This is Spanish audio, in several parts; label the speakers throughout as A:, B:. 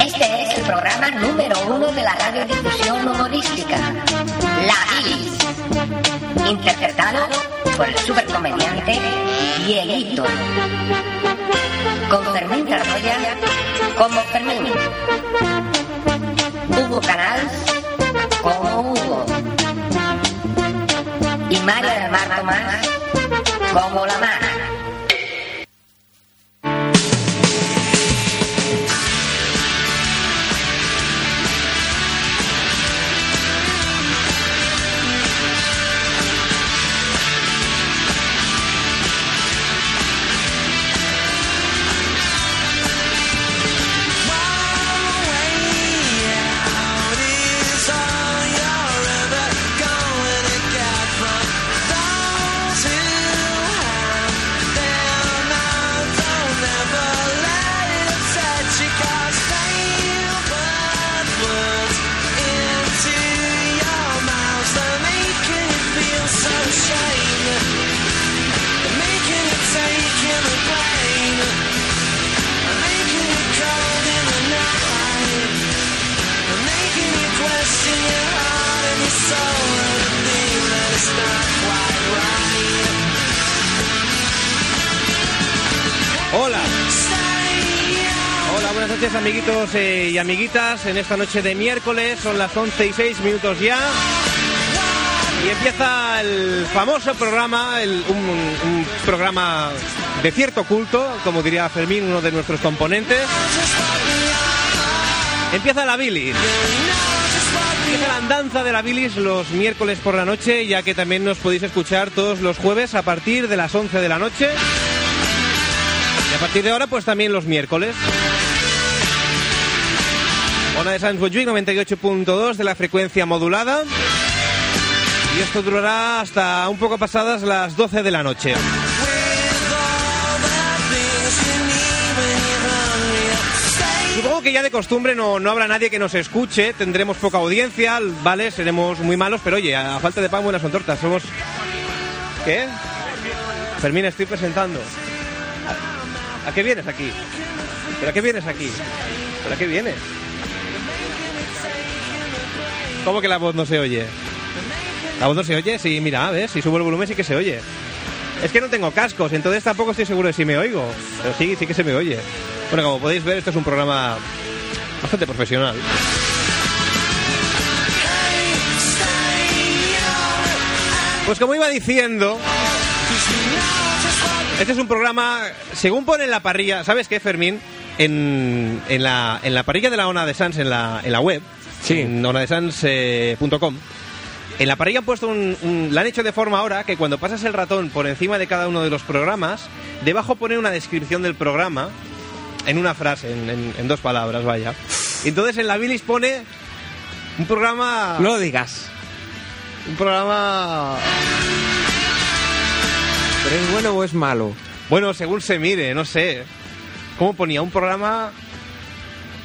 A: Este programa número uno de la radiodifusión humorística, La Bilis, interpretado por el supercomediante Dieguito, con Fermín Carroya como Fermín, Hugo Canals como Hugo y María del Mar Tomás como La Mar.
B: Hola. Hola, buenas noches amiguitos eh, y amiguitas. En esta noche de miércoles son las 11 y 6 minutos ya. Y empieza el famoso programa, el- un, un programa de cierto culto, como diría Fermín, uno de nuestros componentes. Empieza la bilis. Empieza la andanza de la bilis los miércoles por la noche, ya que también nos podéis escuchar todos los jueves a partir de las 11 de la noche. Y a partir de ahora, pues también los miércoles. Hora de Sans 98.2 de la frecuencia modulada. Y esto durará hasta un poco pasadas las 12 de la noche. Supongo que ya de costumbre no, no habrá nadie que nos escuche, tendremos poca audiencia, vale, seremos muy malos, pero oye, a falta de pan buenas son tortas, somos... ¿Qué? Fermín, estoy presentando. ¿A qué vienes aquí? ¿Pero a qué vienes aquí? ¿Pero a qué vienes? ¿Cómo que la voz no se oye? ¿La voz no se oye? Sí, mira, ¿ves? Si subo el volumen sí que se oye. Es que no tengo cascos, entonces tampoco estoy seguro de si me oigo. Pero sí, sí que se me oye. Bueno, como podéis ver, esto es un programa bastante profesional. Pues como iba diciendo, este es un programa, según pone en la parrilla, ¿sabes qué, Fermín? En, en la, en la parrilla de la ONA de Sans, en la, en la web,
C: Sí.
B: en onadesans.com, en la parrilla han puesto un, un- La han hecho de forma ahora que cuando pasas el ratón por encima de cada uno de los programas, debajo pone una descripción del programa en una frase, en, en- en dos palabras, vaya. Y entonces en la bilis pone un programa...
C: No lo digas.
B: Un programa...
C: ¿Pero es bueno o es malo?
B: Bueno, según se mire, no sé. ¿Cómo ponía? Un programa...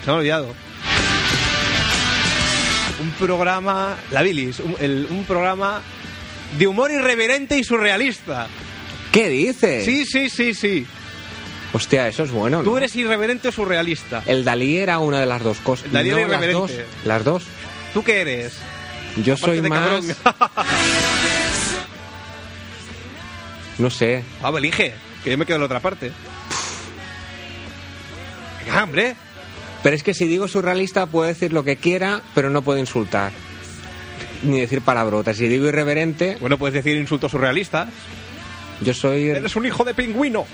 B: Se me ha olvidado. Un programa... La Bilis. Un, el- un programa de humor irreverente y surrealista.
C: ¿Qué dices?
B: Sí, sí, sí, sí.
C: Hostia, eso es bueno. ¿no?
B: Tú eres irreverente o surrealista.
C: El Dalí era una de las dos cosas.
B: El Dalí
C: no,
B: era
C: las dos.
B: irreverente.
C: Las dos.
B: ¿Tú qué eres?
C: Yo soy
B: Aparte de
C: más.
B: cabrón.
C: No sé.
B: Ah, elige. Que yo me quedo en la otra parte. Venga, hombre.
C: Pero es que si digo surrealista puedo decir lo que quiera, pero no puedo insultar. Ni decir palabrotas. Si digo irreverente,
B: Bueno, puedes decir insultos surrealistas.
C: yo soy ir-
B: Eres un hijo de pingüino.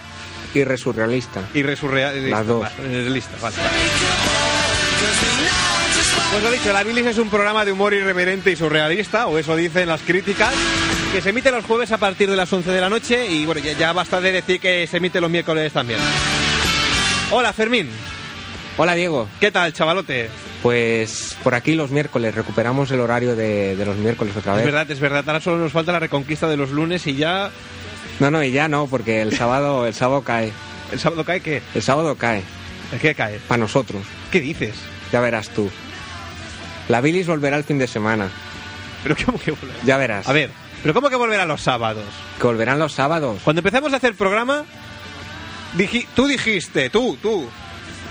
C: irresurrealista.
B: Y eh, resurreal.
C: Las dos.
B: Lista, vale. Pues lo dicho, La Bilis es un programa de humor irreverente y surrealista, o eso dicen las críticas, que se emite los jueves a partir de las 11 de la noche y bueno, ya, ya basta de decir que se emite los miércoles también. Hola Fermín,
C: Hola Diego.
B: ¿qué tal chavalote?
C: Pues por aquí los miércoles. Recuperamos el horario de, de los miércoles otra
B: Es
C: vez.
B: verdad, es verdad, ahora solo nos falta la reconquista de los lunes y ya
C: No, no, y ya no, porque el sábado, el sábado cae.
B: el sábado cae que...
C: El sábado cae.
B: ¿El qué cae?
C: Para nosotros.
B: ¿Qué dices?
C: Ya verás tú. La bilis volverá el fin de semana.
B: ¿Pero cómo que volver?
C: Ya verás.
B: A ver, ¿pero cómo que volver a los sábados?
C: Que volverán los sábados.
B: Cuando empezamos a hacer el programa, diji- tú dijiste, tú, tú,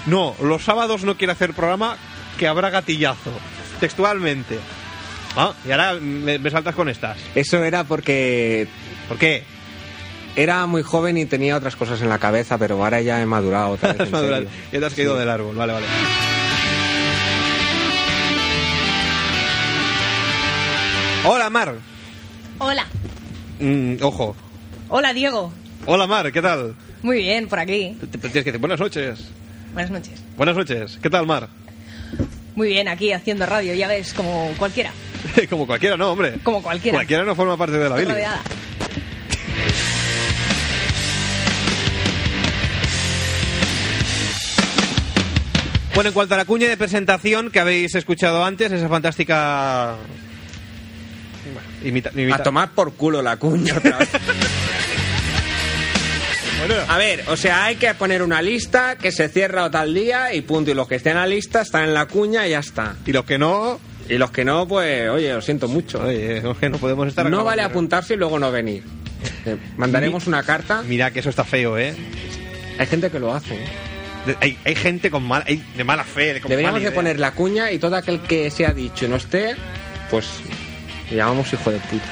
B: no, los sábados no quiero hacer programa que habrá gatillazo. Textualmente. Ah, y ahora me, me saltas con estas.
C: Eso era porque
B: ¿Por qué?
C: era muy joven y tenía otras cosas en la cabeza, pero ahora ya he madurado otra vez.
B: Has
C: en
B: madurado.
C: serio.
B: Ya te has caído del árbol, vale, vale. Hola, Mar.
D: Hola.
B: Mm, ojo.
D: Hola, Diego.
B: Hola, Mar, ¿qué tal?
D: Muy bien, por aquí.
B: Te- te- Tienes que decir buenas noches.
D: Buenas noches.
B: Buenas noches. ¿Qué tal, Mar?
D: Muy bien, aquí haciendo radio, ya ves, como cualquiera.
B: Como cualquiera, no, hombre.
D: Como cualquiera.
B: Cualquiera no forma parte de la
D: Estoy
B: Biblia.
D: rodeada.
B: Bueno, en cuanto a la cuña de presentación que habéis escuchado antes, esa fantástica. Bueno, imita- imita-
C: A tomar por culo la cuña otra vez.
B: Bueno,
C: A ver, o sea, hay que poner una lista que se cierra o tal día y punto. Y los que estén en la lista están en la cuña y ya está.
B: y los que no.
C: Y los que no, pues, oye, lo siento mucho.
B: Oye, es que no podemos estar.
C: No
B: acabando.
C: vale apuntarse y luego no venir. Eh, Mandaremos una carta.
B: Mira que eso está feo, ¿eh?
C: Hay gente que lo hace. ¿eh?
B: De- Hay, hay gente con mala, hay- de mala fe. de- con
C: Deberíamos
B: mala
C: de
B: idea.
C: poner la cuña y todo aquel que se ha dicho y no esté, pues le llamamos hijo de puta.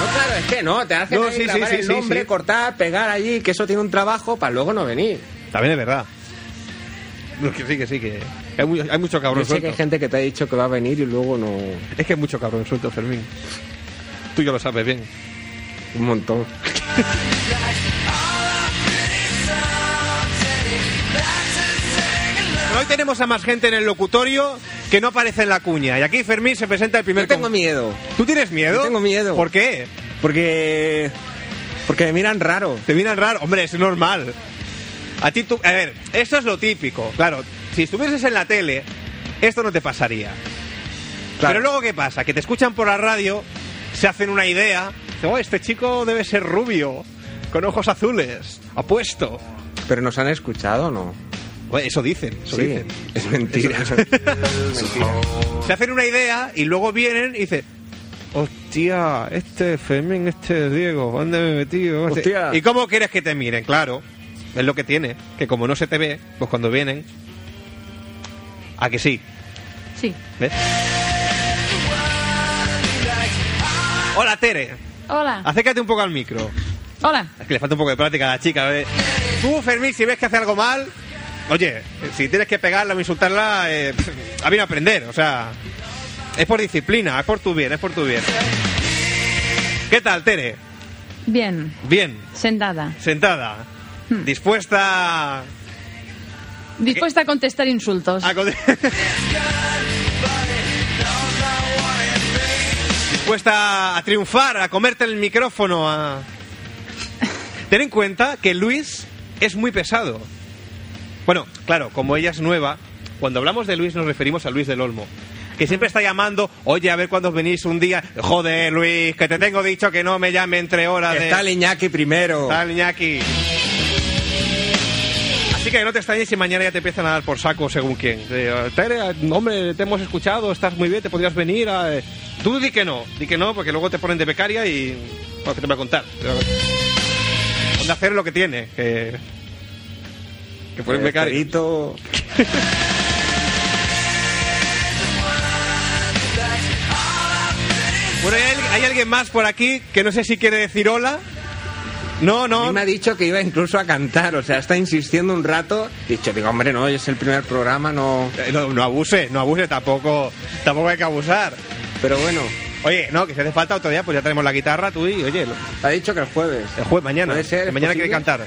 C: No, claro, es que no, te hacen
B: No,
C: ahí
B: sí, sí,
C: grabar
B: sí,
C: el
B: sí,
C: nombre,
B: sí.
C: cortar, pegar allí, que eso tiene un trabajo para luego no venir.
B: También es verdad. No, que sí, que sí, que. Hay, mu- hay mucho
C: Yo
B: cabrón
C: sé que
B: suelto.
C: hay gente que te ha dicho que va a venir y luego no...
B: Es que hay mucho cabrón suelto, Fermín. Tú ya lo sabes bien.
C: Un montón.
B: Pero hoy tenemos a más gente en el locutorio que no aparece en la cuña. Y aquí Fermín se presenta el primer.
C: Yo tengo
B: con-
C: miedo,
B: ¿Tú tienes miedo?
C: Yo tengo miedo. Eh,
B: ¿Por qué?
C: porque... Porque me miran raro.
B: Te miran raro. Hombre, es normal. A ti tú. A ver, esto es lo típico. Claro, si estuvieses en la tele, esto no te pasaría.
C: Claro.
B: Pero luego, ¿qué pasa? Que te escuchan por la radio, se hacen una idea. dicen, Oh, este chico debe ser rubio, con ojos azules, apuesto.
C: Pero nos han escuchado, ¿no?
B: Bueno, eso dicen, eso
C: Sí,
B: dicen.
C: es mentira.
B: Se hacen una idea y luego vienen y dicen. Hostia, este Femen, este Diego, ¿dónde me he metido?
C: Hostia.
B: ¿Y cómo quieres que te miren? Claro, es lo que tiene, que como no se te ve, pues cuando vienen. ¿A que sí?
D: Sí.
B: ¿Ves? Hola, Tere,
E: Hola.
B: acércate un poco al micro.
E: Hola.
B: Es que le falta un poco de práctica a la chica. ¿eh? Tú, Fermín, si ves que hace algo mal, oye, si tienes que pegarla o insultarla, eh, a bien aprender. O sea, es por disciplina, es por tu bien, es por tu bien. ¿Qué tal, Tere?
E: Bien.
B: Bien,
E: Sentada.
B: sentada, dispuesta a...
E: Dispuesta a contestar insultos.
B: Ah, con- dispuesta a triunfar, a comerte el micrófono, a... Ten en cuenta que Luis es muy pesado. Bueno, claro, como ella es nueva, cuando hablamos de Luis nos referimos a Luis del Olmo, que siempre está llamando, oye, a ver cuándo venís un día. Joder, Luis, que te tengo dicho que no me llame entre horas de...
C: Está el Iñaki primero.
B: Tal Iñaki. Así que no te extrañes si mañana ya te empiezan a dar por saco según quién. Te digo, Tere, eh, hombre, te hemos escuchado, estás muy bien, te podrías venir. a- eh". Tú di que no, di que no, porque luego te ponen de becaria y. Bueno, que te voy a contar. Onda hacer lo que tiene, que. Que fue
C: Eh,
B: un becario.
C: Perito.
B: Bueno, hay, al- hay alguien más por aquí que no sé si quiere decir hola. No,
C: A
B: no.
C: mí me ha dicho que iba incluso a cantar, o sea, está insistiendo un rato. He dicho, digo, hombre, no, es el primer programa, no.
B: Eh, No, no abuse, no abuse, tampoco, tampoco hay que abusar.
C: Pero bueno,
B: Oye, no, que si hace falta otro día, pues ya tenemos la guitarra tú y, oye, lo-
C: ha dicho que el jueves.
B: el jueves mañana.
C: Puede ser,
B: que
C: ¿es
B: mañana
C: posible?
B: quiere cantar.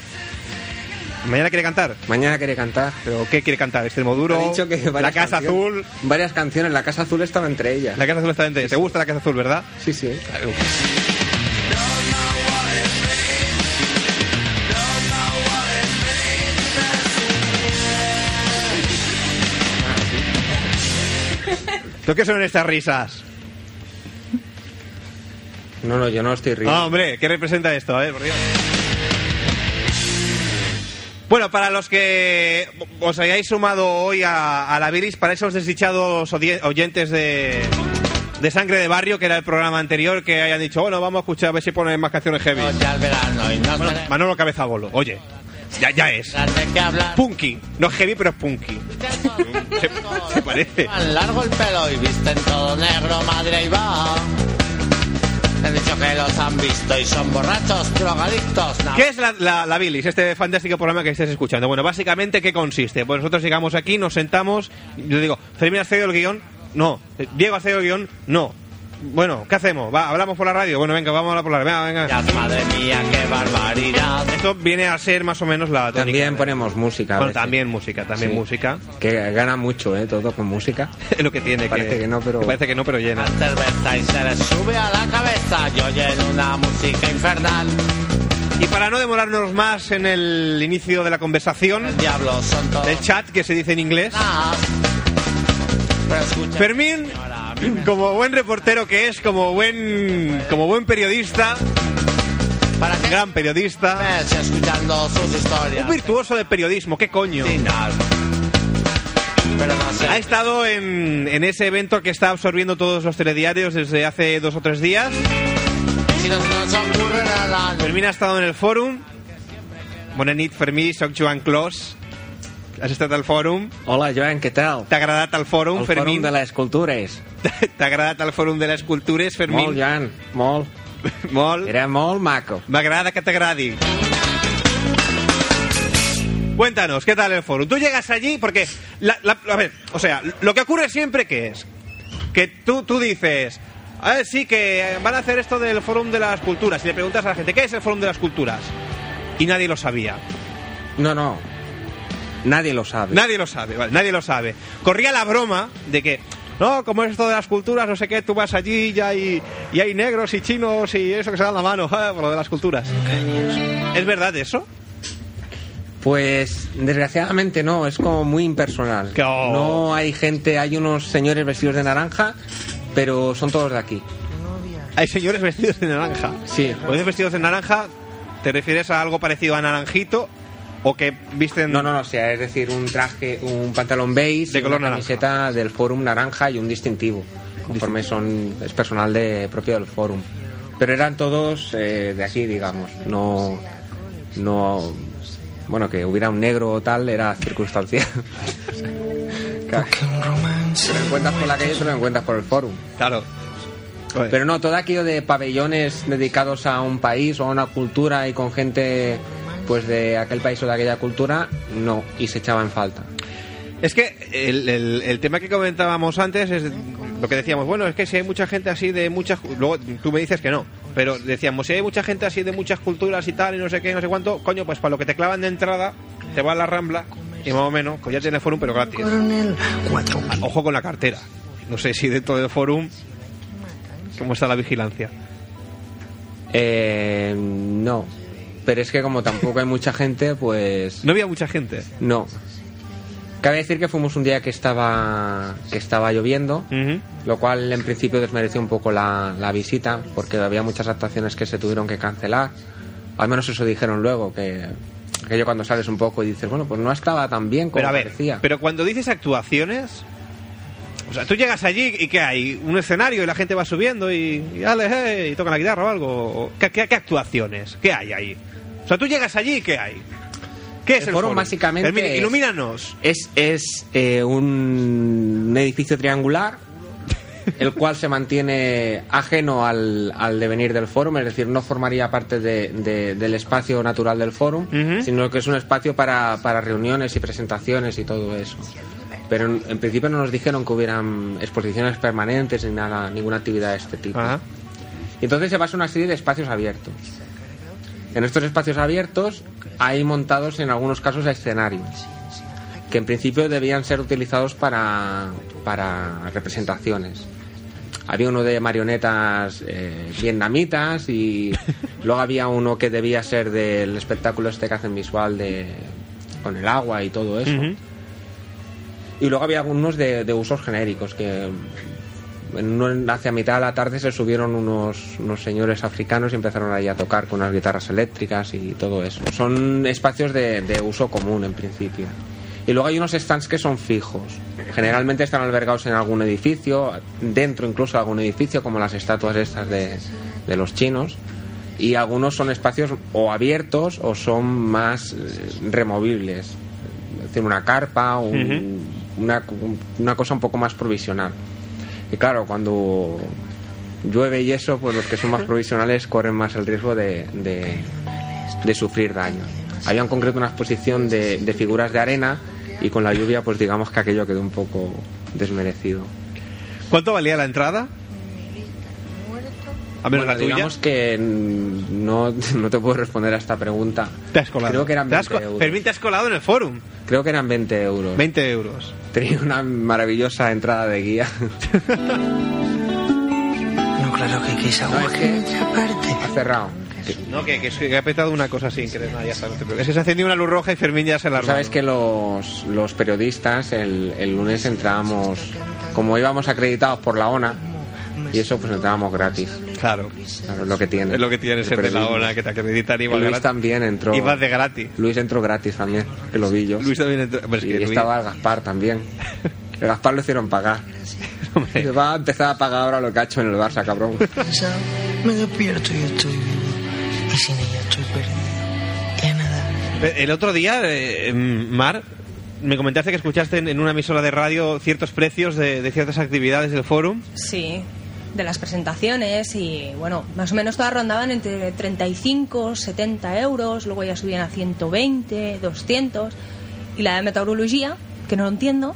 B: Mañana quiere cantar.
C: Mañana quiere cantar.
B: ¿Pero qué quiere cantar? Extremo duro.
C: ha dicho que
B: la
C: varias
B: Casa Azul.
C: canciones- Varias canciones, la Casa Azul estaba entre ellas.
B: La Casa Azul está dentro. ¿Te gusta la Casa Azul, verdad?
C: Sí, sí.
B: ¿Pero qué son estas risas?
C: No, no, yo no estoy riendo.
B: Ah, hombre, ¿qué representa esto? A ver, por Dios. Bueno, para los que os hayáis sumado hoy a, a la bilis, para esos desdichados odie- oyentes de, de Sangre de Barrio, que era el programa anterior, que hayan dicho, bueno, vamos a escuchar a ver si ponen más canciones heavy. Manolo Cabezabolo, oye. Ya, ya es.
F: Tendrás que hablar.
B: Punky. No es heavy, pero es punky. Se, se parece.
F: Llevan largo el pelo y visten todo negro, madre y va. He dicho que los han visto y son borrachos, drogadictos. na-
B: ¿Qué es la, la, la bilis, este fantástico programa que estés escuchando? Bueno, básicamente, ¿qué consiste? Pues nosotros llegamos aquí, nos sentamos, yo digo, Fermín ha cedido el guión, no. Diego ha cedido el guión, no. Bueno, ¿qué hacemos? Va, hablamos por la radio. Bueno, venga, vamos a hablar por la radio. Venga, venga.
F: Ellas, Madre mía, qué barbaridad.
B: Esto viene a ser más o menos la tónica.
C: También ponemos música. a
B: Bueno,
C: veces.
B: también música, también
C: Sí.
B: música.
C: Que gana mucho, ¿eh? Todo con música.
B: Es lo que tiene.
C: Parece que no, pero-
B: Parece que no, pero llena.
F: La cerveza y se les sube a la cabeza y oyen una música infernal.
B: Y para no demorarnos más en el inicio de la conversación,
F: El diablo son todos.
B: del chat que se dice en inglés,
F: nas. Pero escucha,
B: Fermín,
F: señora, a mí me-
B: como buen reportero que es, como buen, como buen periodista,
F: ¿Para qué
B: gran periodista,
F: ves escuchando sus historias?
B: un virtuoso de periodismo, qué coño.
F: Final. Pero no sé.
B: Ha estado en, en ese evento que está absorbiendo todos los telediarios desde hace dos o tres días.
F: Si no se nos ocurre nada.
B: Fermín ha estado en el fórum. Bonanit, Fermí, soc Joan Clos. Has estat al fòrum.
C: Hola, Joan, ¿qué tal?
B: T'ha agradat el fòrum,
C: El
B: Fermín?
C: Fòrum de les Cultures.
B: T'ha agradat el fòrum de les cultures,
C: Molt,
B: Fermín?
C: Joan, molt.
B: Molt.
C: Era molt maco.
B: M'agrada que t'agradi. Cuéntanos, ¿qué tal el fórum? Tú llegas allí porque... la- la- a ver, o sea, lo que ocurre siempre que es que tú, tú dices... "Ah, sí, que van a hacer esto del Fórum de las Culturas. Y le preguntas a la gente, ¿qué es el Fórum de las Culturas? Y nadie lo sabía.
C: No, no. Nadie lo sabe.
B: Nadie lo sabe, vale, nadie lo sabe. Corría la broma de que, no, como es esto de las culturas, no sé qué, tú vas allí y hay, y hay negros y chinos y eso que se dan la mano, ah, por lo de las culturas. ¿Es verdad eso?
C: Pues desgraciadamente no, es como muy impersonal.
B: Que- oh.
C: No hay gente, hay unos señores vestidos de naranja, pero son todos de aquí.
B: Hay señores vestidos de naranja.
C: Sí.
B: Cuando dices vestidos de naranja, ¿te refieres a algo parecido a naranjito o que visten...
C: No, no, no, o sea, es decir, un traje, un pantalón beige,
B: De
C: y
B: color
C: una
B: naranja.
C: camiseta del Fórum naranja y un distintivo, conforme son es personal de propio del Fórum. Pero eran todos eh, de aquí, digamos, no, no, bueno, que hubiera un negro o tal era circunstancial. Claro. Te lo encuentras por la calle, te lo encuentras por el Fórum.
B: Claro. Oye,
C: Pero no, todo aquello de pabellones dedicados a un país o a una cultura y con gente pues de aquel país o de aquella cultura, no, y se echaba en falta.
B: Es que el, el- el tema que comentábamos antes es lo que decíamos, bueno, es que si hay mucha gente así de muchas... Luego tú me dices que no, pero decíamos, si hay mucha gente así de muchas culturas y tal, y no sé qué, no sé cuánto, coño, pues para lo que te clavan de entrada, te va a la rambla, y más o menos, pues ya tienes forum, pero gratis. Ojo con la cartera. No sé si dentro del forum... ¿Cómo está la vigilancia?
C: Eh, no, pero es que como tampoco hay mucha gente, pues
B: No había mucha gente.
C: no. Cabe decir que fuimos un día que estaba que estaba lloviendo,
B: Ujú.
C: lo cual en principio desmereció un poco la, la visita, porque había muchas actuaciones que se tuvieron que cancelar. Al menos eso dijeron luego, que aquello cuando sales un poco y dices, bueno, pues no estaba tan bien como
B: Pero a ver,
C: parecía.
B: pero cuando dices actuaciones, o sea, tú llegas allí y ¿qué hay? Un escenario y la gente va subiendo y, y, ale, eh, y tocan la guitarra o algo. ¿O ¿Qué, qué, qué actuaciones? ¿Qué hay ahí? O sea, tú llegas allí y ¿qué hay? ¿Qué es el,
C: El foro básicamente
B: Fermín,
C: es-
B: ilumínanos.
C: Es, es eh, un, un edificio triangular, el cual se mantiene ajeno al, al devenir del fórum, es decir, no formaría parte de- de- del espacio natural del fórum,
B: Ujú.
C: sino que es un espacio para, para reuniones y presentaciones y todo eso. Pero en, en principio no nos dijeron que hubieran exposiciones permanentes ni nada, ninguna actividad de este tipo.
B: Ajá.
C: Y entonces se basa en una serie de espacios abiertos. En estos espacios abiertos hay montados en algunos casos escenarios que en principio debían ser utilizados para, para representaciones. Había uno de marionetas eh, vietnamitas y luego había uno que debía ser del espectáculo este que hacen visual de, con el agua y todo eso.
B: Ujú.
C: Y luego había algunos de, de usos genéricos que en un- hacia mitad de la tarde se subieron unos, unos señores africanos y empezaron ahí a tocar con unas guitarras eléctricas y todo eso. Son espacios de, de uso común en principio. Y luego hay unos stands que son fijos. Generalmente están albergados en algún edificio, dentro incluso de algún edificio, como las estatuas estas de, de los chinos. y algunos son espacios o abiertos o son más eh, removibles. Es decir, una carpa o un- una, una cosa un poco más provisional. Y claro, cuando llueve y eso, pues los que son más provisionales corren más el riesgo de, de- de sufrir daño. Había en concreto una exposición de, de figuras de arena y con la lluvia, pues digamos que aquello quedó un poco desmerecido.
B: ¿Cuánto valía la entrada? A menos
C: Bueno,
B: la tuya.
C: digamos que mm, no, no te puedo responder a esta pregunta.
B: Te has colado.
C: Creo que eran
B: Te has
C: 20
B: co-
C: euros.
B: Fermín, te has colado en el forum.
C: Creo que eran 20 euros.
B: 20 euros.
C: Tenía una maravillosa entrada de guía.
G: No, claro que quise
C: No, es que ha cerrado.
B: No, que, que, es- que ha petado una cosa así, que nada, ya está, no te preocupes. Es que se ha encendido una luz roja y Fermín ya se la ha
C: Sabes
B: armado.
C: que los, los periodistas el, el lunes entrábamos, como íbamos acreditados por la ONA, y eso pues entrábamos gratis.
B: Claro.
C: Claro, es lo que tiene.
B: Es lo que tienes
C: El
B: en la
C: periodismo.
B: hora que te acreditan y
C: Y
B: vas
C: Luis
B: gratis.
C: también entró.
B: Y vas de gratis.
C: Luis entró gratis también, que lo vi yo.
B: Luis también entró. Pero es
C: y
B: que Luis-
C: estaba Gaspar también. El Gaspar lo hicieron pagar.
B: Hombre.
C: Se va a empezar a pagar ahora lo que ha hecho en el Barça, cabrón.
G: pensado, me despierto y estoy vivo. Y sin ella estoy perdido. Ya nada.
B: El otro día, eh, Mar, me comentaste que escuchaste en, en una emisora de radio ciertos precios de, de ciertas actividades del forum.
D: Sí, de las presentaciones y bueno, más o menos todas rondaban entre 35, 70 euros, luego ya subían a 120, 200 y la de meteorología, que no lo entiendo,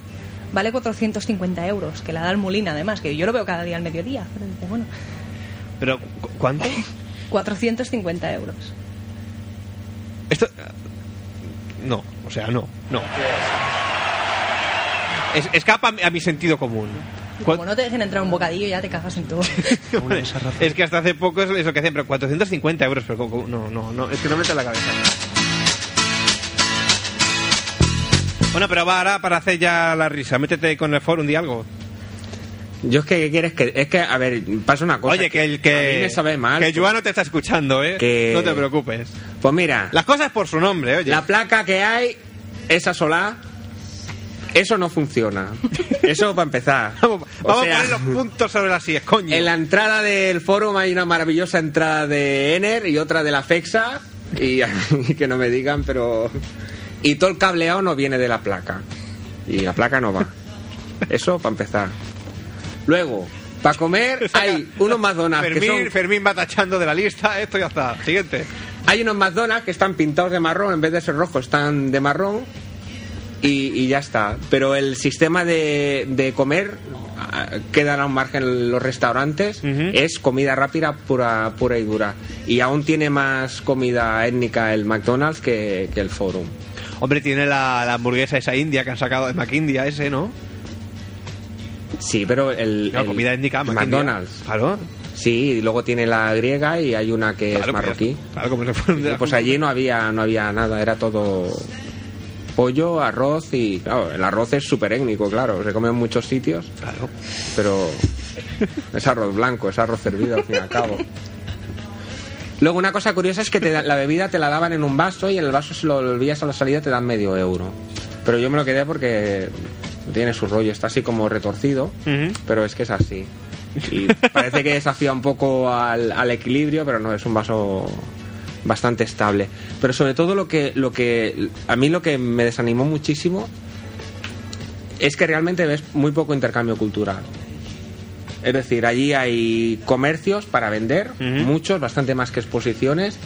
D: vale 450 euros, que la da el Molina además, que yo lo veo cada día al mediodía, pero dice, bueno,
B: Pero, ¿cu- ¿cuánto?
D: 450 euros.
B: Esto. No, o sea, no, no. Es- escapa a mi sentido común.
D: Y
B: Cua-
D: Como no te dejen entrar un bocadillo ya te cagas en todo.
B: es que hasta hace poco es lo que hacen, pero 450 euros, pero ¿cómo- cómo? no, no, no, es que no me entra en la cabeza. Bueno, pero va ahora para hacer ya la risa, métete con el forum de algo.
C: Yo es que, ¿qué quieres que.? Es que, a ver, pasa una cosa.
B: Oye, que el que.
C: A mí me sabe mal.
B: Que Joan no te está escuchando, ¿eh?
C: Que-
B: No te preocupes.
C: Pues mira, la,
B: Las cosas por su nombre, oye.
C: placa que hay, esa sola, eso no funciona. Eso para empezar.
B: Vamos,
C: O
B: vamos
C: sea,
B: a poner los puntos sobre las sillas, coño.
C: En la entrada del forum hay una maravillosa entrada de Ener y otra de la Fexa. Y, y que no me digan, pero. Y todo el cableado no viene de la placa. Y la placa no va. Eso para empezar. Luego, para comer hay unos McDonald's que
B: Fermín,
C: son
B: Fermín va tachando de la lista, esto ya está. Siguiente.
C: Hay unos McDonald's que están pintados de marrón, en vez de ser rojos están de marrón y, y ya está. Pero el sistema de, de comer ah, quedan a un margen los restaurantes,
B: Ujú.
C: es comida rápida pura, pura y dura. Y aún tiene más comida étnica el McDonald's que, que el Forum.
B: Hombre, tiene la, la hamburguesa esa india que han sacado de Macindia ese, ¿no?
C: Sí, pero el,
B: No,
C: el-
B: comida étnica,
C: el
B: Mac India.
C: McDonald's.
B: Claro.
C: Sí, y luego tiene la griega y hay una que
B: claro,
C: es marroquí.
B: pues, claro, como se fueron de
C: Y,
B: la-
C: pues allí no había no había nada, era todo pollo, arroz y claro, el arroz es súper étnico, claro, se come en muchos sitios,
B: Claro.
C: pero es arroz blanco, es arroz servido al fin y al cabo. Luego una cosa curiosa es que te da- la bebida te la daban en un vaso y en el vaso si lo olvidas a la salida te dan medio euro. Pero yo me lo quedé porque tiene su rollo, está así como retorcido,
B: Ujú.
C: pero es que es así. Y parece que desafía un poco al, al equilibrio, pero no, es un vaso bastante estable. Pero sobre todo lo que, lo que a mí lo que me desanimó muchísimo es que realmente ves muy poco intercambio cultural. Es decir, allí hay comercios para vender,
B: Ujú.
C: muchos, bastante más que exposiciones.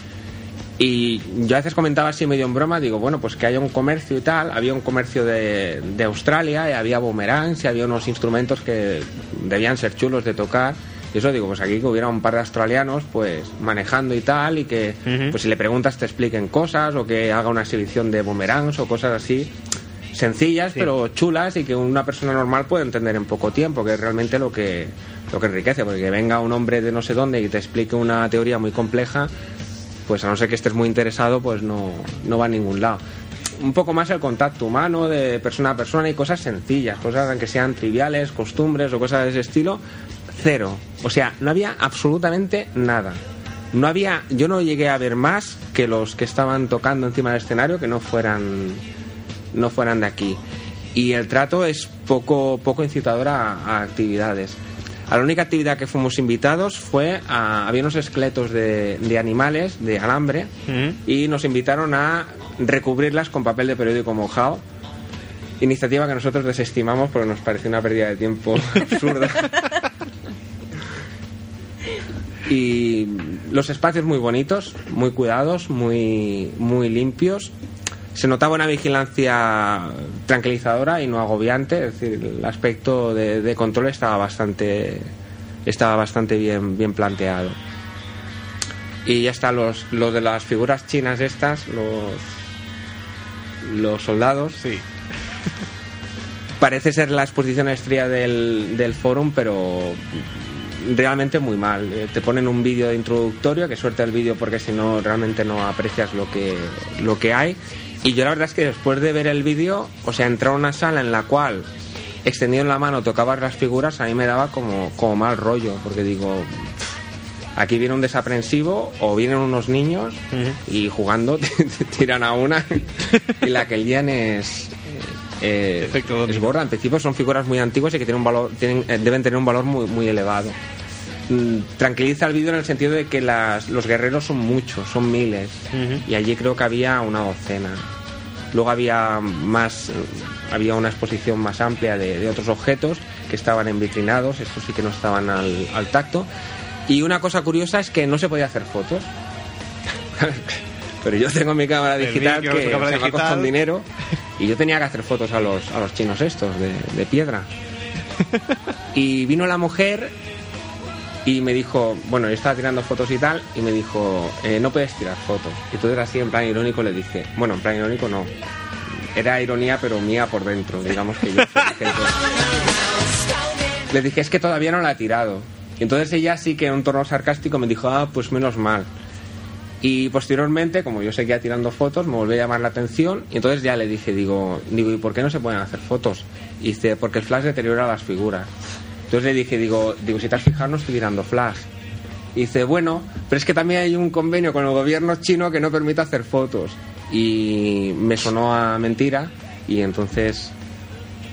C: Y yo a veces comentaba así medio en broma, digo, bueno, pues que haya un comercio y tal. Había un comercio de, de Australia, y había boomerangs, y había unos instrumentos que debían ser chulos de tocar. Y eso digo, pues aquí que hubiera un par de australianos, pues manejando y tal, y que
B: Ujú.
C: pues si le preguntas te expliquen cosas, o que haga una exhibición de boomerangs o cosas así sencillas
B: Sí.
C: pero chulas y que una persona normal puede entender en poco tiempo, que es realmente lo que, lo que enriquece, porque que venga un hombre de no sé dónde y te explique una teoría muy compleja, pues a no ser que estés muy interesado, pues no, no va a ningún lado. Un poco más el contacto humano de persona a persona y cosas sencillas, cosas que sean triviales, costumbres o cosas de ese estilo, cero. O sea, no había absolutamente nada. No había, yo no llegué a ver más que los que estaban tocando encima del escenario que no fueran no fueran de aquí. Y el trato es poco, poco incitador a, a actividades. A la única actividad que fuimos invitados fue a. Había unos esqueletos de, de animales, de alambre, y nos invitaron a recubrirlas con papel de periódico mojado. Iniciativa que nosotros desestimamos porque nos pareció una pérdida de tiempo absurda. y los espacios muy bonitos, muy cuidados, muy, muy limpios. Se notaba una vigilancia tranquilizadora y no agobiante, es decir, el aspecto de, de control estaba bastante, estaba bastante bien, bien planteado. Y ya está, los, lo de las figuras chinas estas, los, los soldados,
B: Sí.
C: parece ser la exposición estrella del, del forum, pero realmente muy mal. Eh, Te ponen un vídeo introductorio, que suerte el vídeo porque si no realmente no aprecias lo que, lo que hay. Y yo la verdad es que después de ver el vídeo, o sea, entrar a una sala en la cual extendiendo la mano tocabas las figuras, a mí me daba como, como mal rollo, porque digo, aquí viene un desaprensivo o vienen unos niños y jugando te, te tiran a una y la que lían es eh,
B: Efecto
C: es
B: dominó.
C: gorda en principio son figuras muy antiguas y que tienen un valor tienen- eh, deben tener un valor muy, muy elevado Mm, tranquiliza el vídeo en el sentido de que las- los guerreros son muchos son miles y allí creo que había una docena luego había más eh, había una exposición más amplia de, de otros objetos que estaban envitrinados estos sí que no estaban al, al tacto y una cosa curiosa es que no se podía hacer fotos pero yo tengo mi cámara
B: El
C: digital
B: vídeo,
C: que
B: su cámara
C: se me ha costado
B: digital.
C: un dinero y yo tenía que hacer fotos a los, a los chinos estos de, de piedra y vino la mujer y me dijo, bueno, yo estaba tirando fotos y tal, y me dijo, eh, no puedes tirar fotos. Y entonces así en plan irónico le dije, bueno, en plan irónico no. Era ironía pero mía por dentro, digamos que yo. soy gente. le dije, es que todavía no la he tirado. Y entonces ella sí que en un tono sarcástico me dijo, ah, pues menos mal. Y posteriormente, como yo seguía tirando fotos, me volvió a llamar la atención y entonces ya le dije, digo, digo, ¿y por qué no se pueden hacer fotos? Y dice, porque el flash deteriora las figuras. Entonces le dije, digo, digo, si te has fijado no estoy tirando flash. Y dice, bueno, pero es que también hay un convenio con el gobierno chino que no permite hacer fotos. Y me sonó a mentira y entonces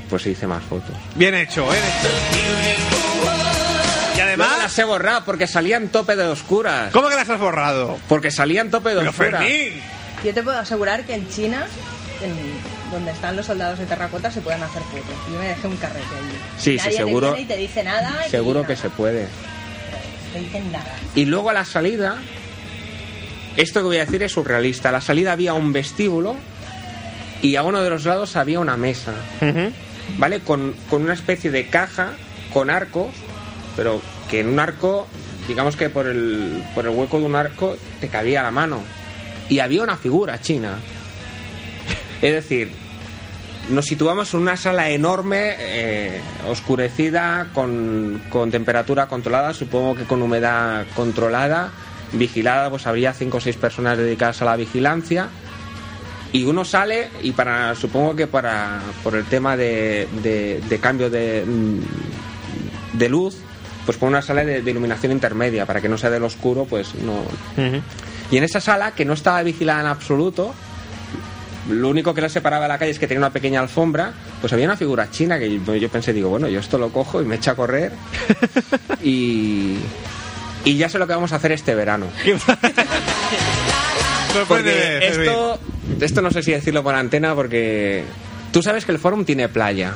C: pues se hice más fotos.
B: Bien hecho, bien hecho. Y
C: Luego
B: además,
C: las he borrado porque salían tope de oscuras.
B: ¿cómo que las has borrado?
C: Porque salían tope de
B: Pero
C: oscuras.
B: Fermín.
D: Yo te puedo asegurar que en China, en donde están los soldados de terracota, se pueden hacer fotos. Yo me dejé un carrete allí.
C: Sí, sí,
D: Nadie
C: seguro-
D: Te viene y te dice nada. y
C: Seguro
D: nada.
C: que se puede.
D: Te dicen nada.
C: Y luego a la salida, esto que voy a decir es surrealista. A la salida había un vestíbulo y a uno de los lados había una mesa, ¿vale? Con, con una especie de caja con arcos, pero que en un arco, digamos que por el, por el hueco de un arco te cabía la mano. Y había una figura china. Es decir, nos situamos en una sala enorme, eh, oscurecida, con, con temperatura controlada, supongo que con humedad controlada, vigilada, pues habría cinco o seis personas dedicadas a la vigilancia. Y uno sale y para supongo que para por el tema de, de- de cambio de, mm, de luz, pues por una sala de, de iluminación intermedia, para que no sea del oscuro, pues no. Y en esa sala, que no estaba vigilada en absoluto, lo único que la separaba de la calle es que tenía una pequeña alfombra, pues había una figura china que yo yo pensé, digo, bueno, yo esto lo cojo y me echo a correr y, y ya sé lo que vamos a hacer este verano.
B: Sorprende,
C: Porque
B: Fermín.
C: Pues esto, esto no sé si decirlo por antena porque tú sabes que el forum tiene playa.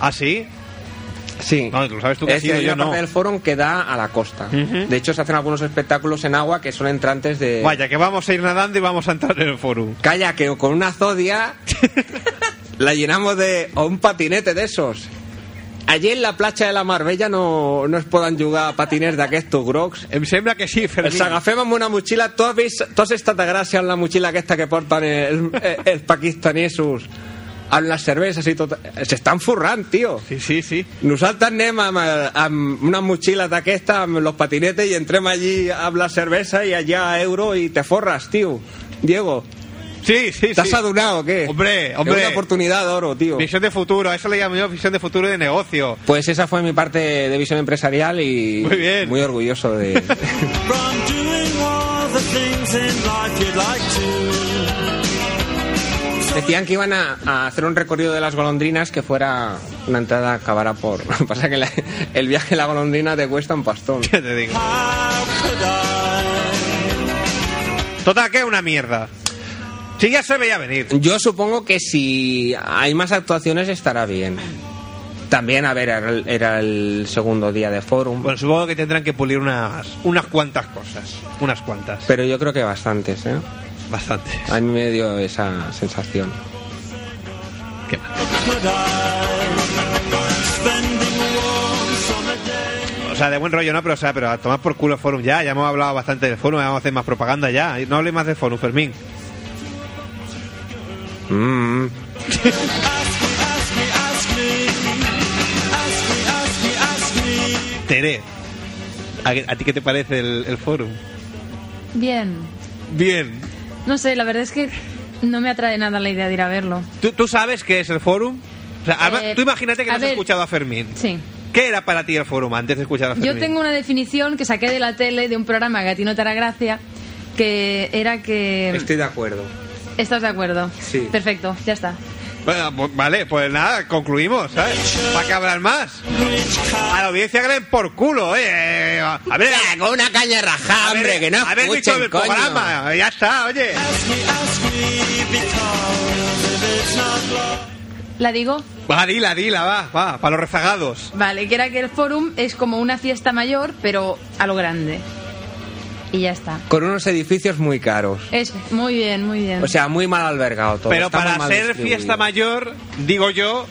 B: ¿Ah, sí?
C: Sí.
B: No, lo sabes tú que
C: es
B: has ido,
C: hay
B: yo
C: una parte
B: no.
C: del forum que da a la costa.
B: Ujú.
C: De hecho, se hacen algunos espectáculos en agua que son entrantes de...
B: Vaya, que vamos a ir nadando y vamos a entrar en el forum.
C: Calla, que con una zodia la llenamos de o un patinete de esos. Allí en la playa de la Marbella no, no es poden jugar a patiners d'aquests grocs.
B: Em sembla que sí, Fermín.
C: Els agafem amb una motxilla. Tu has, vist, tu has estat de gràcia amb la motxilla aquesta que porten els, els pakistanesos amb les cerveses i tot. S'estan forrant, tio.
B: Sí, sí, sí.
C: Nosaltres anem amb, el- amb una motxilla d'aquesta, amb los patinetes, i entrem allí amb la cervesa i allà a euro i te forres, tio. Diego,
B: Sí, sí,
C: ¿Estás
B: sí.
C: adunado o qué?
B: Hombre,
C: Es
B: hombre.
C: una oportunidad de oro, tío.
B: Visión de futuro, a eso le llamo yo visión de futuro de negocio.
C: Pues esa fue mi parte de visión empresarial y
B: Muy bien.
C: muy orgulloso de...
H: from doing all the things in life you'd like to. So
C: Decían que iban a, a hacer un recorrido de las golondrinas que fuera una entrada acabara por. Pasa que la- el viaje a la golondrina te cuesta un pastón.
B: ¿Qué te digo? Total, que es una mierda. Si ya se veía venir.
C: Yo supongo que si hay más actuaciones estará bien. También, a ver, era el, era el segundo día de forum,
B: Bueno, supongo que tendrán que pulir unas, unas cuantas cosas. Unas cuantas.
C: pero yo creo que bastantes, ¿eh?
B: Bastante.
C: A mí me dio esa sensación.
B: Qué mal. O sea, de buen rollo, ¿no? Pero, o sea, pero a tomar por culo el forum ya. Ya hemos hablado bastante del forum, vamos a hacer más propaganda ya. No hable más del forum, Fermín.
C: Mm.
B: Tere, ¿a, a ti qué te parece el, el forum?
E: Bien.
B: Bien.
E: No sé, la verdad es que no me atrae nada la idea de ir a verlo.
B: ¿Tú, tú sabes qué es el forum? O sea, además,
E: Eh,
B: tú imagínate que
E: a
B: no has
E: ver.
B: escuchado a Fermín.
E: Sí.
B: ¿Qué era para ti el forum antes de escuchar a Fermín?
E: Yo tengo una definición que saqué de la tele de un programa que a ti no te hará gracia, que era que...
C: Estoy de acuerdo.
E: ¿Estás de acuerdo?
C: Este- Sí.
E: Perfecto, ya está.
B: Bueno, pues, vale, pues nada, concluimos, ¿sabes? ¿Para qué hablar más? A la audiencia que le den por culo, oye. eh, A ver,
C: Ya, Con una caña rajada,
B: a ver,
C: hombre, que no
B: haber dicho
C: escuchen,
B: el
C: coño.
B: programa, ya está, oye.
E: ¿La digo?
B: Va, dila, dila, va, va, para los rezagados.
E: Vale, que era que el forum es como una fiesta mayor, pero a lo grande. Y ya está.
C: Con unos edificios muy caros.
E: Es muy bien, muy bien.
C: O sea, muy mal albergado todo.
B: Pero
C: está muy
B: para
C: mal
B: ser
C: distribuido.
B: fiesta mayor, digo yo,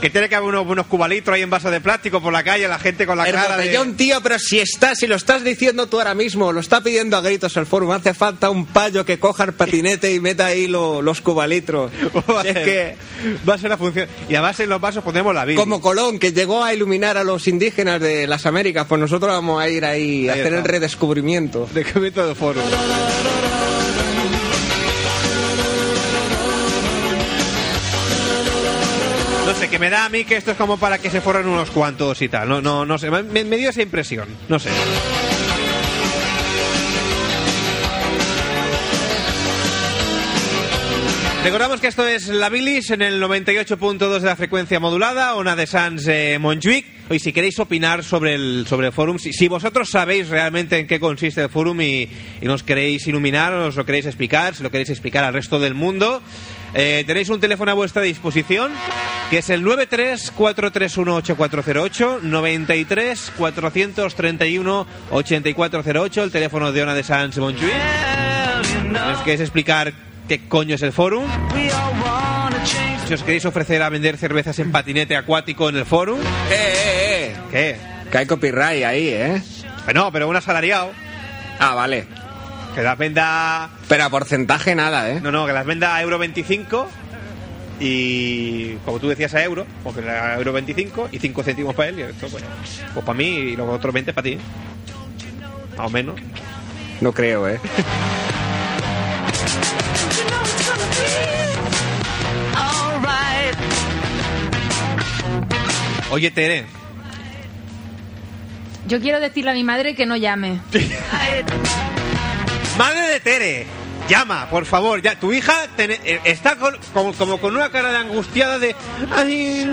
B: que tiene que haber unos, unos cubalitros ahí en vaso de plástico por la calle, la gente con la
C: El
B: cara de...
C: botellón, tío, pero si estás, si lo estás diciendo tú ahora mismo, lo está pidiendo a gritos el forum, hace falta un payo que coja el patinete y meta ahí lo- los cubalitros.
B: Va a
C: Si es
B: ser-
C: que,
B: va a ser la función. Y además en los vasos pondremos la Biblia.
C: como Colón, que llegó a iluminar a los indígenas de las Américas, pues nosotros vamos a ir ahí a
B: Ahí
C: hacer el
B: está.
C: redescubrimiento.
B: De Cubito de Foro. No sé, que me da a mí que esto es como para que se forren unos cuantos y tal. No, no, no sé. Me, me dio esa impresión. No sé. Recordamos que esto es La Bilis en el 98.2 de la frecuencia modulada, una de Sans eh, Montjuic. Hoy si queréis opinar sobre el, sobre el forum, si, si vosotros sabéis realmente en qué consiste el forum y, y nos queréis iluminar, os lo queréis explicar, si lo queréis explicar al resto del mundo, eh, tenéis un teléfono a vuestra disposición que es el 93 431 8408 93 431 8408 el teléfono de Ona de Sans Montjuic. Si os queréis explicar qué coño es el forum, si os queréis ofrecer a vender cervezas en patinete acuático en el forum,
C: ¡Eh, eh,
B: ¿qué?
C: eh! Que hay copyright ahí, ¿eh?
B: Eh, No, pero un asalariado
C: Ah, vale.
B: que las venda.
C: Pero a porcentaje nada, ¿eh?
B: No, no, que las venda a euro 25 y como tú decías a euro, pues que era a euro 25 y 5 céntimos para él y esto, pues, pues para mí y los otros 20 para ti. Más o menos.
C: No creo, ¿eh?
B: Oye, Tere,
E: Yo quiero decirle a mi madre que no llame.
B: Madre de Tere, llama, por favor. Ya, tu hija tiene- eh, está con- como, como con una cara de angustiada de, ay,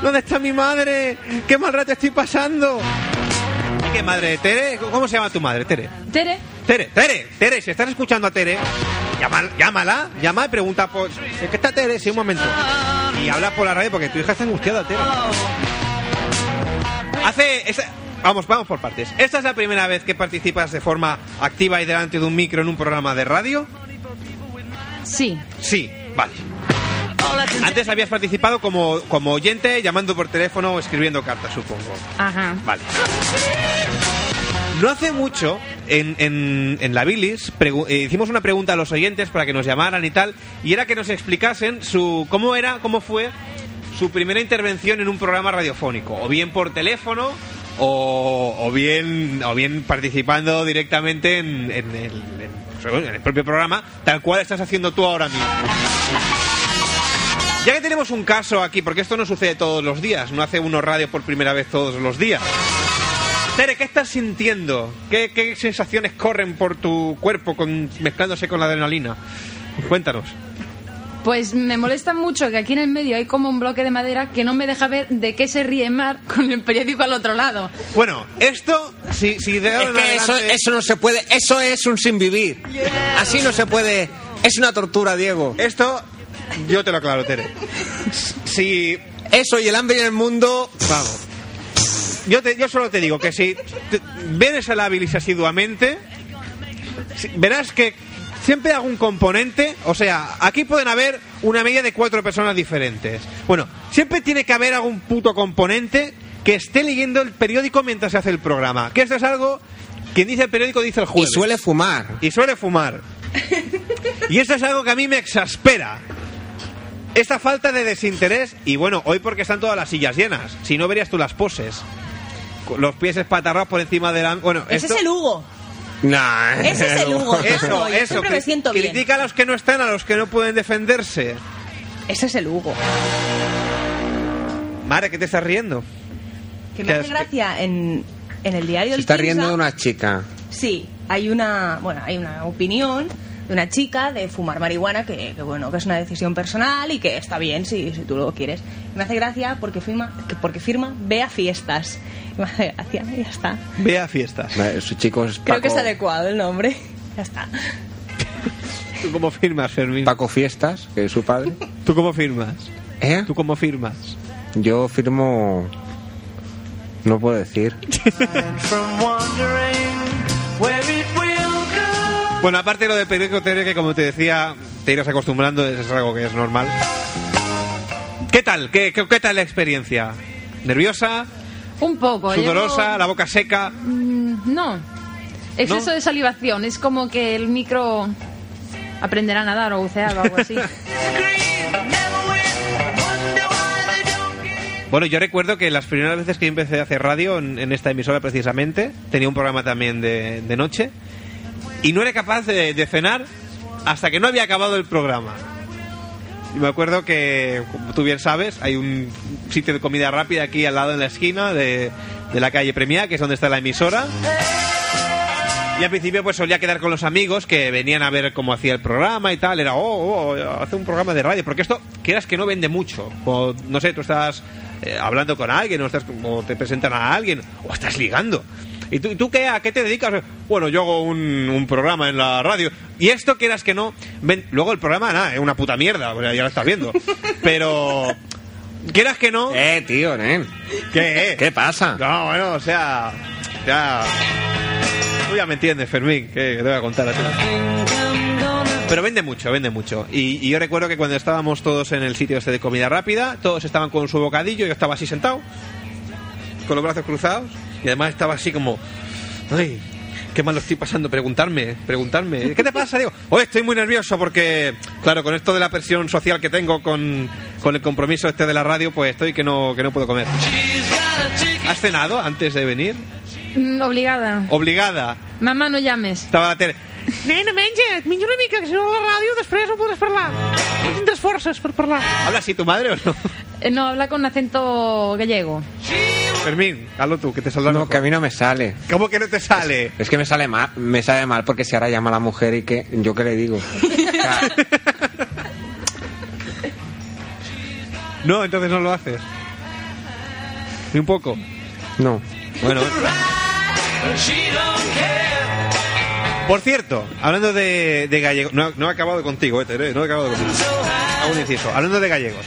B: ¿dónde está mi madre? ¿Qué mal rato estoy pasando? ¿Y qué madre de Tere? ¿Cómo se llama tu madre, Tere?
E: Tere,
B: Tere, Tere, Tere, si estás escuchando a Tere, llama- llámala, llama y pregunta por... ¿Es que está Tere? Sí, un momento. Y habla por la radio porque tu hija está angustiada, Tere. Hace... esta- Vamos, vamos por partes. ¿Esta es la primera vez que participas de forma activa y delante de un micro en un programa de radio?
E: sí.
B: Sí, vale. Antes habías participado como, como oyente, llamando por teléfono o escribiendo cartas, supongo.
E: Ajá.
B: Vale. No hace mucho, en, en- en la Bilis, pregu- eh, hicimos una pregunta a los oyentes para que nos llamaran y tal, y era que nos explicasen su cómo era, cómo fue su primera intervención en un programa radiofónico, o bien por teléfono, o, o bien, o bien participando directamente en, en el, en- en el propio programa, tal cual estás haciendo tú ahora mismo. Ya que tenemos un caso aquí, porque esto no sucede todos los días, no hace uno radio por primera vez todos los días. Tere, ¿qué estás sintiendo? ¿Qué, qué sensaciones corren por tu cuerpo con- mezclándose con la adrenalina? Cuéntanos.
E: Pues me molesta mucho que aquí en el medio hay como un bloque de madera que no me deja ver de qué se ríe Mar con el periódico al otro lado.
B: Bueno, esto, si, si de ahora
C: Es
B: en
C: que eso,
B: adelante-
C: eso no se puede, eso es un sin vivir. Así no se puede, es una tortura, Diego.
B: Esto, yo te lo aclaro, Tere. Si.
C: Eso y el hambre en el mundo,
B: Vamos. Yo, te- yo solo te digo que si te- vienes a la bilis asiduamente, si- verás que siempre hago un componente. O sea, aquí pueden haber una media de cuatro personas diferentes. Bueno, siempre tiene que haber algún puto componente que esté leyendo el periódico mientras se hace el programa. Que esto es algo. Quien dice el periódico dice el
C: y
B: jueves.
C: suele fumar.
B: y suele fumar. Y eso es algo que a mí me exaspera. Esta falta de desinterés, y bueno, hoy porque están todas las sillas llenas, si no verías tú las poses. Con Los pies espatarrados por encima de la... Bueno,
D: Ese
B: esto-
D: es el Hugo.
C: Nah,
D: Ese es el Hugo.
B: Eso,
D: Ay, yo
B: eso.
D: siempre me
B: cri-
D: siento bien.
B: Critica a los que no están, a los que no pueden defenderse.
D: Ese es el Hugo.
B: Madre, que te estás riendo.
D: Que
B: Que
D: me
B: es
D: hace
B: que-
D: gracia en, en el diario
C: Se
D: El
C: está
D: Quinza,
C: riendo de una chica.
D: Sí, hay una, bueno, hay una opinión de una chica de fumar marihuana que, que, bueno, que es una decisión personal y que está bien si, si tú lo quieres. Me hace gracia porque firma, que- porque firma ve a fiestas. Me hace gracia, y ya está.
B: Ve a fiestas.
C: Eh, Su chico es
D: Creo
C: Paco,
D: que es adecuado el nombre. Ya está.
B: ¿Tú cómo firmas, Fermín?
C: Paco Fiestas, que es su padre.
B: ¿Tú cómo firmas?
C: ¿Eh?
B: ¿Tú cómo firmas?
C: Yo firmo. No puedo decir.
B: Bueno, aparte de lo de periódico TV, que como te decía, te irás acostumbrando, es algo que es normal. ¿Qué tal? ¿Qué, qué, qué tal la experiencia? ¿Nerviosa?
E: Pues Un poco. llevo-
B: ¿Sudorosa? ¿La boca seca?
E: Mm, No. Exceso
B: ¿No?
E: de salivación. Es como que el micro aprenderá a nadar o bucear o algo así.
B: Bueno, yo recuerdo que las primeras veces que yo empecé a hacer radio en, en esta emisora precisamente, tenía un programa también de, de noche, y no era capaz de, de cenar hasta que no había acabado el programa. Y me acuerdo que, como tú bien sabes, hay un sitio de comida rápida aquí al lado en la esquina de, de la calle Premia, que es donde está la emisora. Y al principio pues solía quedar con los amigos que venían a ver cómo hacía el programa y tal. Era, oh, oh, hace un programa de radio. Porque esto, quieras que no vende mucho. O, no sé, tú estás eh, hablando con alguien o, estás, o te presentan a alguien o estás ligando. ¿Y tú, y tú qué, a qué te dedicas? Bueno, yo hago un, un programa en la radio. Y esto, quieras que no... ven- luego el programa, nada, es una puta mierda. o sea, ya lo estás viendo. Pero... Quieras que no...
C: Eh, tío, nen.
B: ¿Qué?
C: ¿Qué pasa?
B: No, bueno, o sea. Ya. Tú ya me entiendes, Fermín, que te voy a contar a ti. Pero vende mucho, vende mucho. Y, y yo recuerdo que cuando estábamos todos en el sitio este de comida rápida, todos estaban con su bocadillo, yo estaba así sentado, con los brazos cruzados, y además estaba así como. ¡Ay! Qué mal lo estoy pasando, preguntarme, preguntarme. ¿Qué te pasa? Digo, hoy estoy muy nervioso porque, claro, con esto de la presión social que tengo, con, con el compromiso este de la radio, pues estoy que no, que no puedo comer. ¿Has cenado antes de venir?
E: Mm, Obligada.
B: Obligada.
E: Mamá, no llames.
B: Estava la tele.
H: Nena, menja't, menja una mica, que si no a la ràdio després no podràs parlar. No tindràs forces per parlar.
B: ¿Habla así tu madre o no?
E: Eh, No, habla con acento gallego.
B: Fermín, hazlo tú, que te saldrá
C: No,
B: mejor.
C: que a mí no me sale.
B: ¿Cómo que no te sale?
C: Es que me sale mal, me sale mal porque si ahora llama a la mujer y que yo qué le digo. Claro.
B: No, entonces no lo haces. Ni un poco.
C: No.
B: Bueno. Por cierto, hablando de, de gallegos, no, no he acabado contigo, eh, Tere, no he acabado contigo. Aún inciso, hablando de gallegos.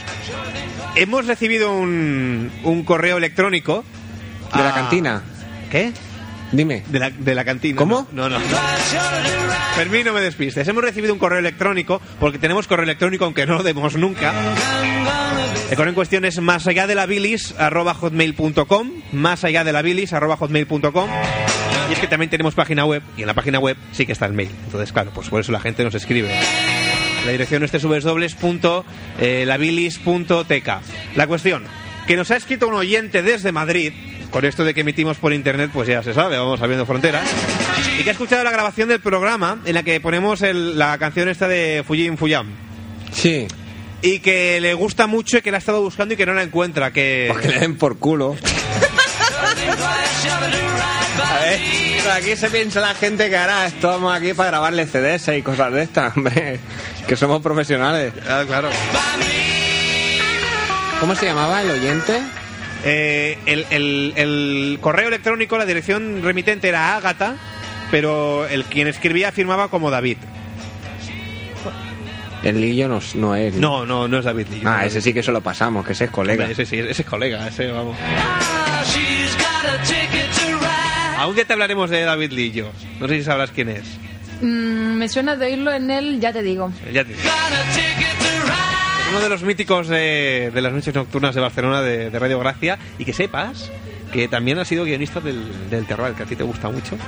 B: Hemos recibido un, un correo electrónico.
C: De la
B: a-
C: cantina.
B: ¿Qué?
C: Dime.
B: De la, de la cantina.
C: ¿Cómo?
B: No, no. no. Fermín, no me despistes. Hemos recibido un correo electrónico, porque tenemos correo electrónico, aunque no lo demos nunca. El correo en cuestión es más allá de la bilis, arroba hotmail.com, más allá de la bilis, arroba hotmail.com. Y es que también tenemos página web, y en la página web sí que está el mail. Entonces, claro, pues por eso la gente nos escribe. La dirección es www.labilis.tk. La cuestión, que nos ha escrito un oyente desde Madrid, con esto de que emitimos por internet, pues ya se sabe, vamos abriendo fronteras, y que ha escuchado la grabación del programa en la que ponemos el- la canción esta de Fujin Fuyam.
C: Sí.
B: Y que le gusta mucho y que la ha estado buscando y que no la encuentra. Que...
C: Porque le den por culo.
B: A ver,
C: pero aquí se piensa la gente que ahora estamos aquí para grabarle CDs y cosas de estas, hombre. Que somos profesionales.
B: Ah, claro.
C: ¿Cómo se llamaba el oyente?
B: Eh, el, el- el correo electrónico, la dirección remitente era Ágata, pero el quien escribía firmaba como David.
C: El Lillo no, no es.
B: No, no, no es David Lillo.
C: Ah, ese sí que se lo pasamos, que ese es colega.
B: Hombre, ese sí, ese es colega, ese vamos. Aunque te hablaremos de David Lillo. No sé si sabrás quién es.
E: Mm, me suena de oírlo en él, ya te digo.
B: Ya te digo. Uno de los míticos de, de las noches nocturnas de Barcelona de, de Radio Gracia. Y que sepas que también ha sido guionista del, del terror, que a ti te gusta mucho.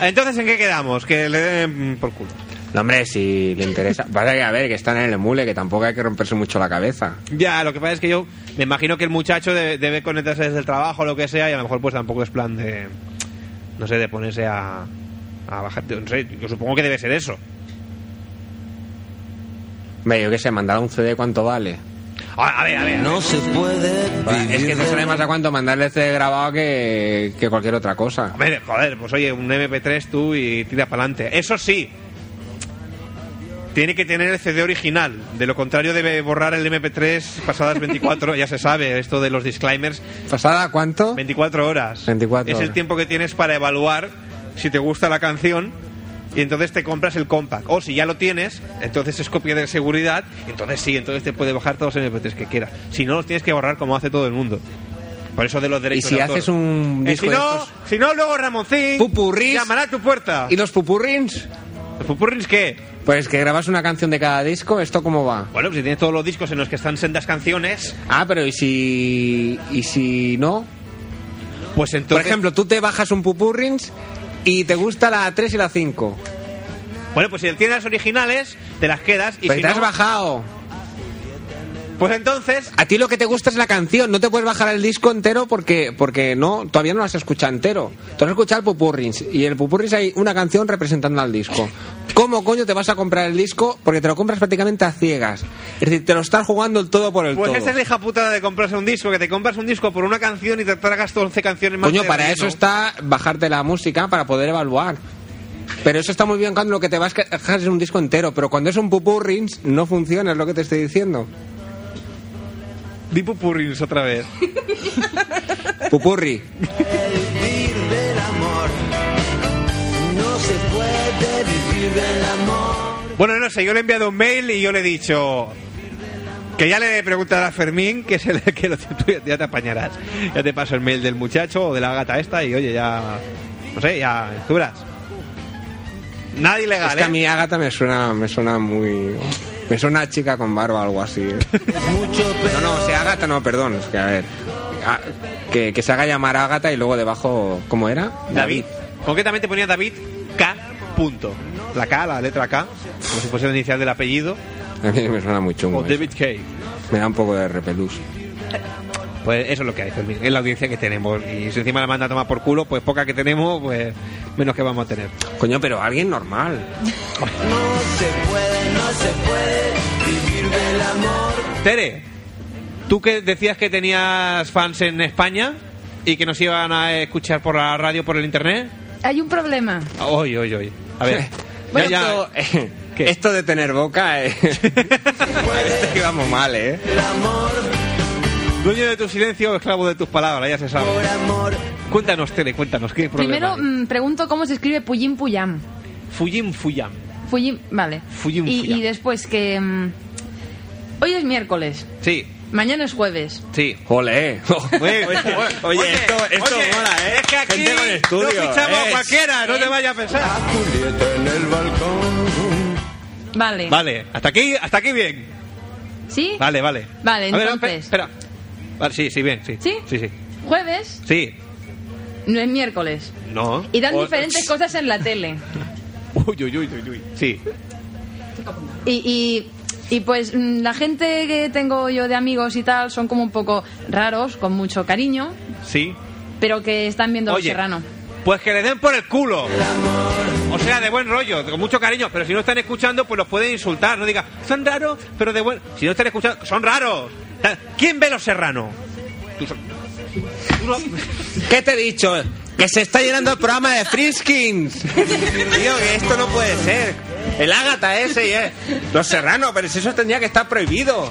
B: Entonces, ¿en qué quedamos? Que le den por culo.
C: No, hombre, si le interesa. Pasa que, a ver, que están en el emule, que tampoco hay que romperse mucho la cabeza.
B: Ya, lo que pasa es que yo me imagino que el muchacho de- debe conectarse desde el trabajo o lo que sea y a lo mejor pues tampoco es plan de, no sé, de ponerse a, a bajar. No sé, yo supongo que debe ser eso.
C: Hombre, yo qué sé, mandar un CD cuánto vale.
B: A, a ver, a ver.
I: No se puede
C: Es que no sale más a cuánto mandarle el CD grabado que, que cualquier otra cosa.
B: Hombre, joder, pues oye, un MP3 tú y tira para adelante. Eso sí, tiene que tener el CD original. De lo contrario debe borrar el MP3 pasadas 24, ya se sabe, esto de los disclaimers.
C: ¿Pasada cuánto?
B: 24 horas.
C: 24
B: es el
C: horas.
B: tiempo que tienes para evaluar si te gusta la canción y entonces te compras el compact. O si ya lo tienes, entonces es copia de seguridad, entonces sí, entonces te puede bajar todos los MP3 que quieras. Si no, los tienes que borrar como hace todo el mundo. Por eso de los derechos
C: si
B: de autor.
C: haces un
B: Eh,
C: disco
B: si,
C: de
B: no,
C: estos-
B: si no, luego Ramoncín
C: Pupurrís.
B: llamará a tu puerta.
C: ¿Y los pupurrins?
B: ¿Los pupurris qué?
C: Pues que grabas una canción de cada disco, ¿esto cómo va?
B: Bueno, pues si tienes todos los discos en los que están sendas canciones,
C: Ah, pero ¿y si, y si no?
B: pues
C: Por
B: entonces...
C: ejemplo, tú te bajas un pupurrins y te gusta la 3 y la 5.
B: Bueno, pues si tienes las originales, te las quedas y
C: Pero
B: si
C: te has
B: no,
C: bajado.
B: pues entonces...
C: A ti lo que te gusta es la canción, no te puedes bajar el disco entero porque, porque no, todavía no lo has escuchado entero. Tú has escuchado el Pupurrins y en el Pupurrins hay una canción representando al disco. ¿Cómo coño te vas a comprar el disco? Porque te lo compras prácticamente a ciegas. Es decir, te lo estás jugando el todo por el
B: Pues
C: todo.
B: esa es la hija putada de comprarse un disco, que te compras un disco por una canción y te tragas 11 canciones más.
C: Coño,
B: de
C: para
B: relleno.
C: eso está bajarte la música para poder evaluar. Pero eso está muy bien cuando lo que te vas a bajar es un disco entero, pero cuando es un Pupurrins no funciona, es lo que te estoy diciendo.
B: Di pupurrins otra vez.
C: Pupurri.
I: vivir del amor. No se puede vivir del amor.
B: Bueno, no sé, yo le he enviado un mail y yo le he dicho. Que ya le preguntará a Fermín, que es el que lo, tú ya te apañarás. Ya te paso el mail del muchacho o de la gata esta y oye, ya. No sé, ya aventuras. Nada ilegal,
C: Es que a
B: ¿eh?
C: mi Ágata me suena, me suena muy. Me suena a chica con barba o algo así. ¿eh? No, no, o sea, Ágata no, perdón. Es que a ver. a- que, que se haga llamar Ágata y luego debajo. ¿Cómo era?
B: David. Concretamente ponía David K. Punto. La K, la letra K, como si fuese la inicial del apellido.
C: A mí me suena muy chungo.
B: O
C: eso.
B: Pues David K.
C: Me da un poco de repelús.
B: Pues eso es lo que hay, Fermín. Es la audiencia que tenemos. Y si encima la manda a tomar por culo, pues poca que tenemos, pues menos que vamos a tener.
C: Coño, pero alguien normal.
B: Tere, tú que decías que tenías fans en España y que nos iban a escuchar por la radio, por el internet.
E: Hay un problema.
B: Hoy, hoy, hoy. A ver.
C: Bueno,
B: Ya, ya.
C: esto- eh,
B: ¿Qué?
C: Esto de tener boca. Eh, es que vamos mal, ¿eh?
B: Dueño de tu silencio, esclavo de tus palabras, ya se sabe. Cuéntanos, Tere, cuéntanos, ¿qué problema?
E: Primero mm, pregunto cómo se escribe Puyim Puyam.
C: mm.
B: Fujim Fuyam.
E: Fuyim, vale.
B: Fuyim
E: y,
B: Fuyam.
E: y después que... mm, hoy es miércoles,
B: Sí,
E: mañana es jueves.
B: sí.
C: Jole.
B: Oye,
C: Oye, esto, esto
B: oye,
C: mola, ¿eh?
B: Es que aquí
C: Gente con estudio.
B: no fichamos a
C: eh.
B: cualquiera, no te vayas a pensar.
E: Vale.
B: Vale, hasta aquí, hasta aquí bien.
E: ¿Sí?
B: Vale, vale.
E: Vale,
B: A ver,
E: entonces.
B: espera. espera. Vale, sí, sí, bien, sí.
E: ¿Sí?
B: Sí, sí.
E: Jueves
B: Sí.
E: no es miércoles.
B: Oh, No.
E: Y dan
B: O-
E: diferentes cosas en la tele.
B: Uy, uy, uy, uy, uy. Sí.
E: Y, y- y, pues mm, la gente que tengo yo de amigos y tal son como un poco raros, con mucho cariño,
B: Sí.
E: pero que están viendo Los
B: Oye.
E: Serrano.
B: Pues que le den por el culo. O sea, de buen rollo, con mucho cariño. Pero si no están escuchando, pues los pueden insultar. No digas, son raros, pero de buen. Si no están escuchando, son raros. ¿Quién ve los serrano? Tú so-
C: ¿Qué te he dicho? Que se está llenando el programa de Friskins. Tío, que esto no puede ser. El Ágata ese y eh. Los Serranos, pero si eso tendría que estar prohibido.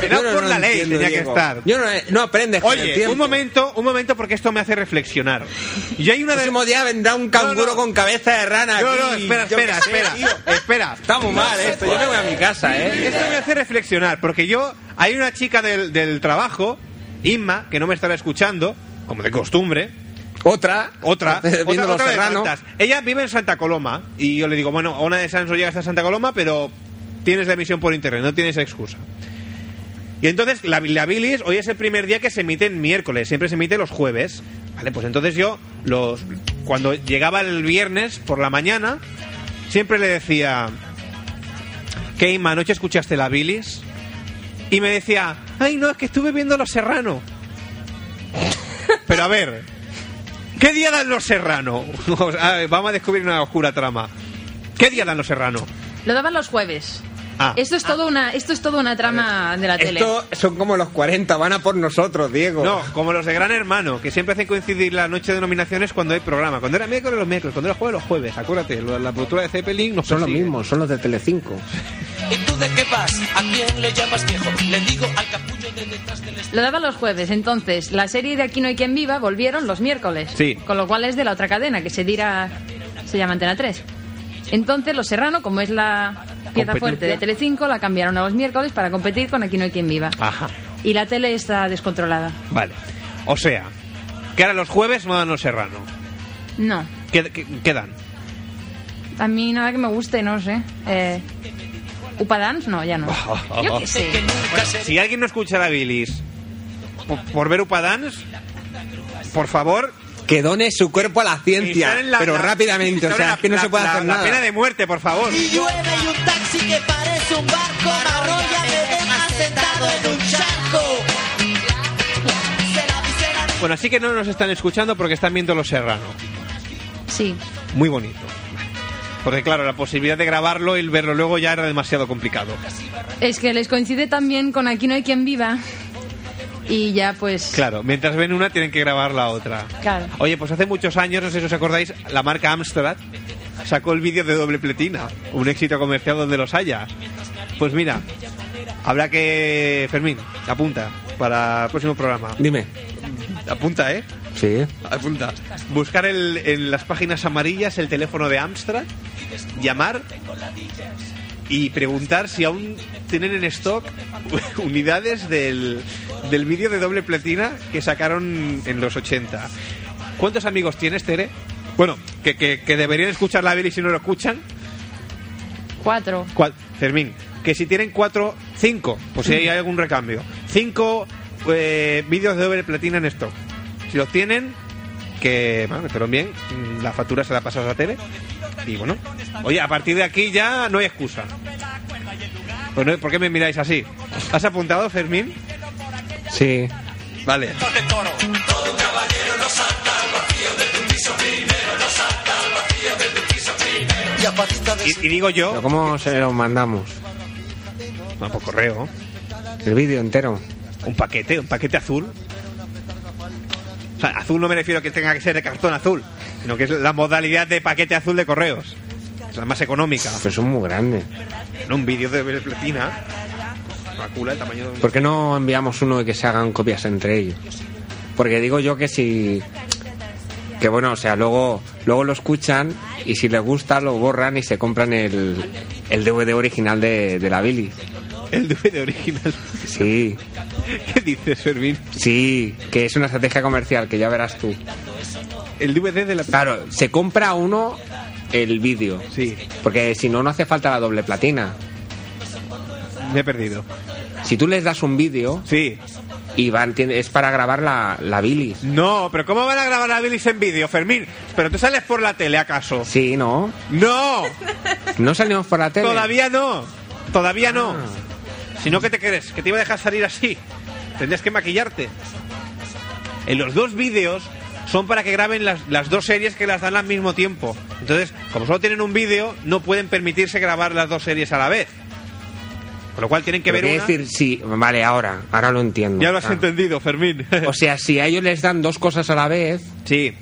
B: Pero
C: Yo no-
B: por
C: no
B: la ley
C: entiendo,
B: tenía que
C: Diego.
B: estar.
C: Yo no, eh, no aprendes con el
B: Oye,
C: tiempo.
B: un momento, un momento porque esto me hace reflexionar. Y hay una
C: El
B: de
C: próximo día vendrá un canguro
B: No, no.
C: con cabeza de rana.
B: No,
C: aquí.
B: no, espera,
C: Yo qué
B: espera,
C: sé,
B: espera,
C: tío.
B: espera.
C: Está muy mal esto. Yo me voy a mi casa, ¿eh?
B: Esto me hace reflexionar, porque yo, hay una chica del, del trabajo, Inma, que no me estará escuchando, como de costumbre,
C: Otra.
B: otra, otra,
C: Viendo los
B: otra de
C: serranos.
B: tantas. Ella vive en Santa Coloma, y yo le digo, bueno, una de Sanso llega hasta Santa Coloma, pero tienes la emisión por internet, no tienes excusa. Y entonces la, la bilis, hoy es el primer día que se emite en miércoles, siempre se emite los jueves. Vale, pues entonces yo, los cuando llegaba el viernes por la mañana, siempre le decía, Keima, ¿anoche escuchaste la bilis? Y me decía, ay no, es que estuve viendo Los Serrano. Pero a ver, ¿qué día dan Los Serrano? O sea, a ver, Vamos a descubrir una oscura trama. ¿Qué día dan Los Serrano?
E: Lo daban los jueves.
B: Ah.
E: Esto es todo una, esto es todo una trama de la tele.
C: Esto son como los 40, van a por nosotros, Diego.
B: No, como los de Gran Hermano, que siempre hacen coincidir la noche de nominaciones cuando hay programa. Cuando era miércoles, los miércoles. Cuando era jueves, los jueves. Acuérdate, lo- la productora de Zeppelin no
C: son los
B: ¿eh?
C: mismos, son los de Telecinco.
I: ¿Y tú de qué vas? ¿A quién le llamas viejo? Le digo al capullo de detrás del
E: Lo daban los jueves, entonces la serie de Aquí no hay quien viva volvieron los miércoles.
B: Sí.
E: Con lo cual es de la otra cadena que se dirá se llama Antena 3. Entonces Los Serrano, como es la pieza
B: Competencia.
E: fuerte de Telecinco, la cambiaron a los miércoles para competir con Aquí no hay quien viva.
B: Ajá,
E: Y la tele está descontrolada.
B: vale. O sea, que ahora los jueves no dan Los Serrano.
E: No,
B: ¿Qué, qué- qué dan?
E: a mí nada que me guste, no sé. Eh, Upadans no, ya no. Yo qué sé.
B: Si alguien no escucha la bilis por, por ver Upadans, por favor...
C: Que done su cuerpo a la ciencia,
B: instalen la-
C: pero
B: la-
C: rápidamente. O
B: instalen
C: sea,
B: la-
C: es que no
B: la-
C: se puede
B: la-
C: hacer
B: La pena
C: nada.
B: de muerte, por favor.
F: Y llueve y un taxi que parece un barco marrón ya me deja sentado en un charco.
B: Bueno, así que no nos están escuchando porque están viendo Los Serrano.
E: Sí.
B: Muy bonito. Porque claro, la posibilidad de grabarlo y verlo luego ya era demasiado complicado.
E: Es que les coincide también con Aquí no hay quien viva. Y ya pues...
B: Claro, mientras ven una tienen que grabar la otra.
E: Claro.
B: Oye, pues hace muchos años, no sé si os acordáis, la marca Amstrad sacó el vídeo de doble pletina, un éxito comercial donde los haya. Pues mira, habrá que... Fermín, apunta para el próximo programa.
C: Dime.
B: Apunta, ¿eh?
C: Sí.
B: Apunta. Buscar el- en las páginas amarillas el teléfono de Amstrad, llamar y preguntar si aún tienen en stock unidades del, del vídeo de doble platina que sacaron en los 80. ¿Cuántos amigos tienes, Tere? Bueno, que, que- que deberían escuchar la Billy si no lo escuchan.
E: Cuatro.
B: ¿Cuál? Fermín, que si tienen cuatro, cinco, pues si hay algún recambio. Cinco eh, vídeos de doble platina en stock. Si los tienen, que bueno, pero bien, mm, la factura se la pasas a la tele. Y bueno, oye, a partir de aquí ya no hay excusa. Pues no- ¿Por qué me miráis así? ¿Has apuntado, Fermín?
C: Sí.
B: Vale.
I: Y a patita de
B: Y, y digo
C: Pero
B: yo,
C: ¿Cómo se lo mandamos?
B: no, por correo,
C: El vídeo entero.
B: un paquete, un paquete azul. O sea, azul no me refiero a que tenga que ser de cartón azul, sino que es la modalidad de paquete azul de correos. Es la más económica.
C: Pero son muy grandes.
B: En un vídeo de platina, una cula, el tamaño de un...
C: ¿Por qué no enviamos uno y que se hagan copias entre ellos? Porque digo yo que si... Que bueno, o sea, luego, luego lo escuchan y si les gusta lo borran y se compran el, el DVD original de, de la Billy.
B: El DVD original.
C: Sí,
B: ¿Qué dices, Fermín?
C: sí, que es una estrategia comercial, que ya verás tú.
B: El DVD de la...
C: Claro, se compra uno el vídeo.
B: Sí,
C: Porque si no, no hace falta la doble platina.
B: me he perdido.
C: Si tú les das un vídeo
B: Sí.
C: y van, tiene- es para grabar la, la bilis.
B: No, pero ¿cómo van a grabar a Billy en vídeo, Fermín? ¿Pero tú sales por la tele, acaso?
C: Sí, ¿no?
B: ¡No!
C: No salimos por la tele.
B: Todavía no. Todavía no.
C: Ah.
B: Sino que te crees, que te iba a dejar salir así. Tendrías que maquillarte. En los dos vídeos son para que graben las, las dos series que las dan al mismo tiempo. Entonces, como solo tienen un vídeo, no pueden permitirse grabar las dos series a la vez. Con lo cual tienen que
C: Pero
B: ver
C: quiere
B: una...
C: decir, sí, vale, ahora, ahora lo entiendo.
B: Ya lo has
C: Ah.
B: entendido, Fermín.
C: O sea, si a ellos les dan dos cosas a la vez,
B: sí,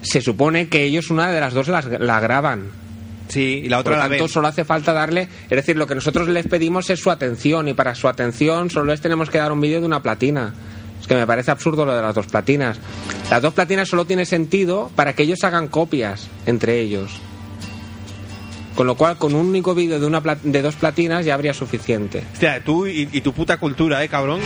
C: se supone que ellos una de las dos las- la graban.
B: sí, y la
C: Por
B: otra
C: lo
B: la
C: tanto,
B: ven.
C: solo hace falta darle. Es decir, lo que nosotros les pedimos es su atención, y para su atención solo les tenemos que dar un vídeo de una platina. Es que me parece absurdo lo de las dos platinas. Las dos platinas solo tiene sentido para que ellos hagan copias entre ellos. Con lo cual, con un único vídeo de, una pla- de dos platinas ya habría suficiente.
B: Hostia, tú y, y tu puta cultura, eh, cabrón.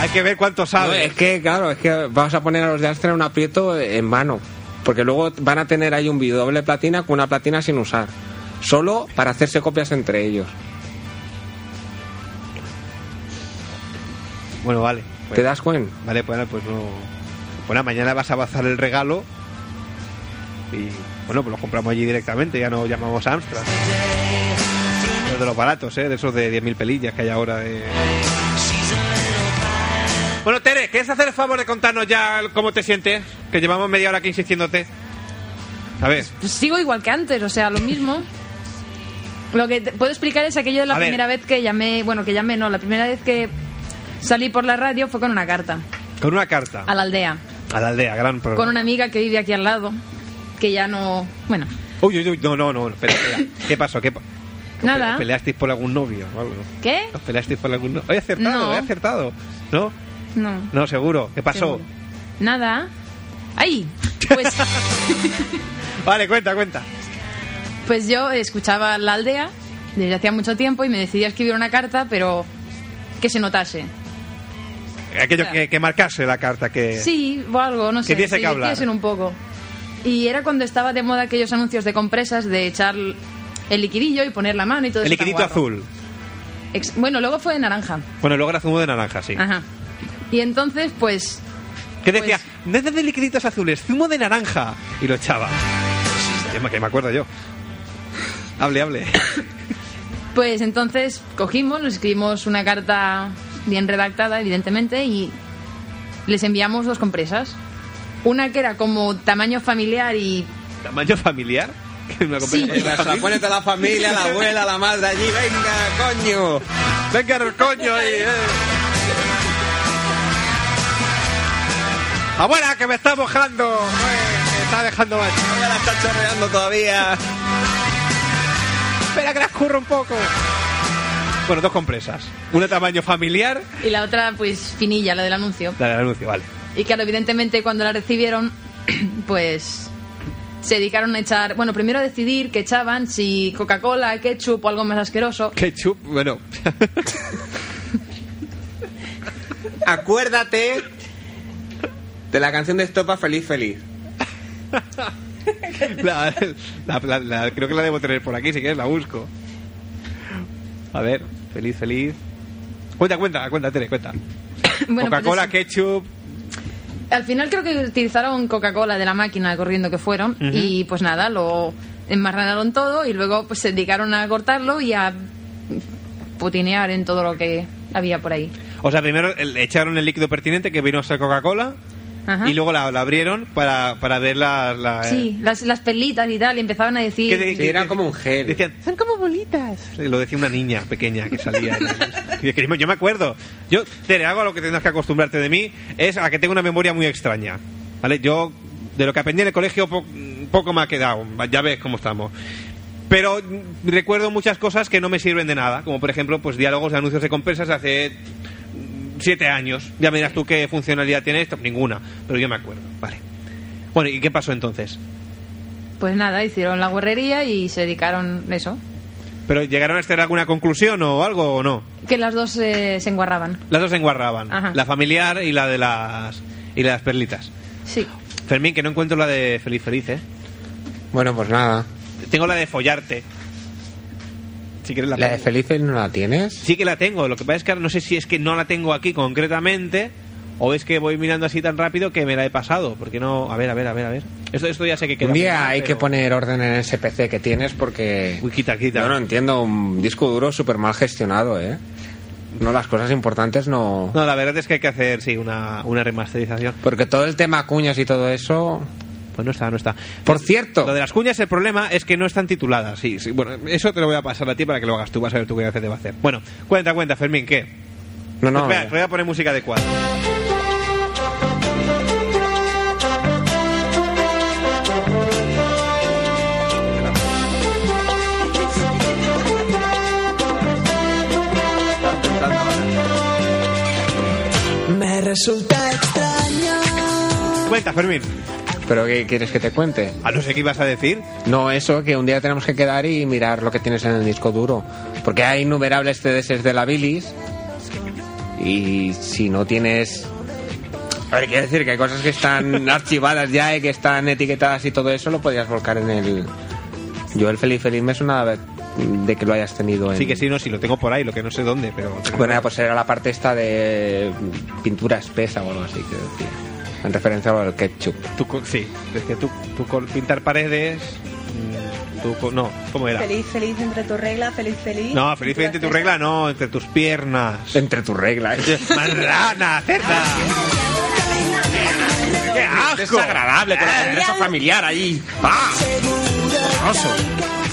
B: Hay que ver cuánto
C: No,
B: sabes.
C: es que, claro, es que vas a poner a los de Astra en un aprieto en mano. Porque luego van a tener ahí un vídeo doble platina con una platina sin usar. Solo para hacerse copias entre ellos.
B: Bueno, vale. Pues-
C: ¿Te das cuenta?
B: Vale, pues, ahora, pues no. Bueno, mañana vas a bazar el regalo y bueno, pues lo compramos allí directamente, ya no llamamos a Amstrad. Pero de los baratos, ¿eh? De esos de 10.000 pelillas que hay ahora de... Bueno, Tere, ¿quieres hacer el favor de contarnos ya el- cómo te sientes? Que llevamos media hora aquí insistiéndote. A ver,
E: Pues sigo igual que antes, o sea, lo mismo. Lo que te puedo explicar es aquello de la
B: A ver.
E: primera vez que llamé, bueno, que llamé, no, la primera vez que salí por la radio fue con una carta
B: con una carta
E: a la aldea,
B: a la aldea, gran problema.
E: con una amiga que vive aquí al lado, que ya no, bueno,
B: Uy, uy, uy, no, no, no, espera, espera. ¿Qué pasó? ¿Qué pa-
E: Nada.
B: ¿Os ¿Peleasteis por algún novio o algo?
E: ¿qué?
B: ¿Os peleasteis por algún novio? He acertado,
E: No.
B: he acertado. ¿No?
E: No.
B: No, seguro. ¿Qué pasó?
E: seguro. Nada. Ay, pues
B: Vale, cuenta, cuenta.
E: Pues yo escuchaba la aldea desde hacía mucho tiempo y me decidí a escribir una carta, pero que se notase.
B: Aquello
E: Claro.
B: que, que marcase la carta que...
E: Sí, o algo, no sé.
B: Que diese que hablar.
E: divirtiesen un poco. Y era cuando estaba de moda aquellos anuncios de compresas de echar el liquidillo y poner la mano y todo
B: el
E: eso tan
B: liquidito
E: guarro.
B: azul.
E: Ex- bueno, luego fue de naranja.
B: Bueno, luego era zumo de naranja, sí.
E: Ajá. Y entonces, pues,
B: Que decía,
E: Ah, pues-
B: no es de liquiditos azules, zumo de naranja. Y lo echaba. Que me- que me acuerdo yo. Hable, hable.
E: pues entonces cogimos, nos escribimos una carta bien redactada, evidentemente, y les enviamos dos compresas. Una que era como tamaño familiar y
B: ¿Tamaño familiar? Que me
E: Sí.
B: acompaña la familia.
C: a la familia, la abuela, la madre allí, venga, coño.
B: Venga, el coño ahí, eh. Abuela, que me está mojando. Eh, Me está dejando mal.
C: la está chorreando todavía.
B: Espera que las curro un poco. Bueno, dos compresas. Una de tamaño familiar,
E: Y la otra, pues, finilla, la del anuncio.
B: la del anuncio, vale.
E: Y claro, evidentemente cuando la recibieron, pues se dedicaron a echar, bueno, primero a decidir que echaban, si Coca-Cola, ketchup o algo más asqueroso.
B: Ketchup, bueno.
C: Acuérdate de la canción de Estopa Feliz Feliz.
B: La- la- la- la- creo que la debo tener por aquí, si quieres la busco. A ver, feliz, feliz. Cuenta, cuenta, cuenta, Tere, cuenta.
E: Bueno, pues
B: Coca-Cola,
E: eso.
B: ketchup.
E: Al final creo que utilizaron Coca-Cola de la máquina corriendo que fueron y pues nada, lo enmarranaron todo y luego pues se dedicaron a cortarlo y a putinear en todo lo que había por ahí.
B: O sea, primero el- echaron el líquido pertinente que vino a ser Coca-Cola
E: Ajá.
B: y luego la, la abrieron para, para ver la... la- eh.
E: Sí, las, las pelitas y tal, y empezaban a decir...
B: ¿Qué te-
C: Sí, era como un gel.
B: Decían, son como bolitas. Lo decía una niña pequeña que salía. Y es que yo me acuerdo. Yo, Tere, algo a lo que tendrás que acostumbrarte de mí es a que tengo una memoria muy extraña. ¿Vale? Yo, de lo que aprendí en el colegio, po- poco me ha quedado. Ya ves cómo estamos. Pero mm, recuerdo muchas cosas que no me sirven de nada. Como, por ejemplo, pues diálogos de anuncios de compensas hace siete años. Ya me dirás tú qué funcionalidad tiene esto. Ninguna. Pero yo me acuerdo. Vale. Bueno, ¿y qué pasó entonces?
E: Pues nada, hicieron la guerrería y se dedicaron eso,
B: ¿Pero llegaron a estar alguna conclusión o algo o no?
E: que las dos eh, se enguarraban.
B: Las dos se enguarraban.
E: Ajá.
B: La familiar y la de las y las perlitas.
E: Sí.
B: Fermín, que no encuentro la de feliz feliz, ¿eh?
C: Bueno, pues nada.
B: Tengo la de follarte. Si quieres la,
C: ¿La de
B: pongo.
C: Feliz Feliz no la tienes?
B: Sí que la tengo. Lo que pasa es que ahora no sé si es que no la tengo aquí concretamente o es que voy mirando así tan rápido que me la he pasado. Porque no... A ver, a ver, a ver, a ver. Esto, esto ya sé que queda...
C: Un día
B: pendiente,
C: hay que
B: pero-
C: poner orden en ese PC que tienes porque...
B: Uy, quita, quita.
C: Yo no
B: no,
C: entiendo, un disco duro súper mal gestionado, ¿eh? No, las cosas importantes no...
B: la verdad es que hay que hacer, sí, una, una remasterización.
C: Porque todo el tema cuñas y todo eso...
B: Pues no está, no está.
C: Por cierto.
B: Lo de las cuñas, el problema es que no están tituladas. Sí, sí. Bueno, eso te lo voy a pasar a ti para que lo hagas tú. Vas a ver tú qué haces te va a hacer. Bueno, cuenta, cuenta, Fermín, ¿qué?
C: No, eh. no.
B: Espera, te voy a poner música adecuada.
G: Me resulta extraño.
B: Cuenta, Fermín.
C: ¿Pero qué quieres que te cuente?
B: Ah, no sé qué ibas a decir.
C: No, eso, que un día tenemos que quedar y mirar lo que tienes en el disco duro. Porque hay innumerables CDs de la bilis. Y si no tienes. A ver, quiero decir que hay cosas que están archivadas ya y que están etiquetadas y todo eso, lo podrías volcar en el. Yo, el Feliz Feliz me suena de- de que lo hayas tenido en.
B: Sí, que sí, no, sí, lo tengo por ahí, lo que no sé dónde, pero.
C: Bueno, pues era la parte esta de pintura espesa o algo así, quiero decir. En referencia a lo del ketchup.
B: Tú co- sí, es que tú, tú con pintar paredes. mm, Tú, co- no, ¿cómo era?
D: Feliz, feliz entre tu regla, feliz, feliz.
B: No, felizmente tu regla no, entre tus piernas.
C: Entre tus reglas.
B: ¡Marrana, cerda! ¡Qué asco! Eh. Ah.
C: Desagradable con el congreso familiar ahí. ¡Ah! Horroroso.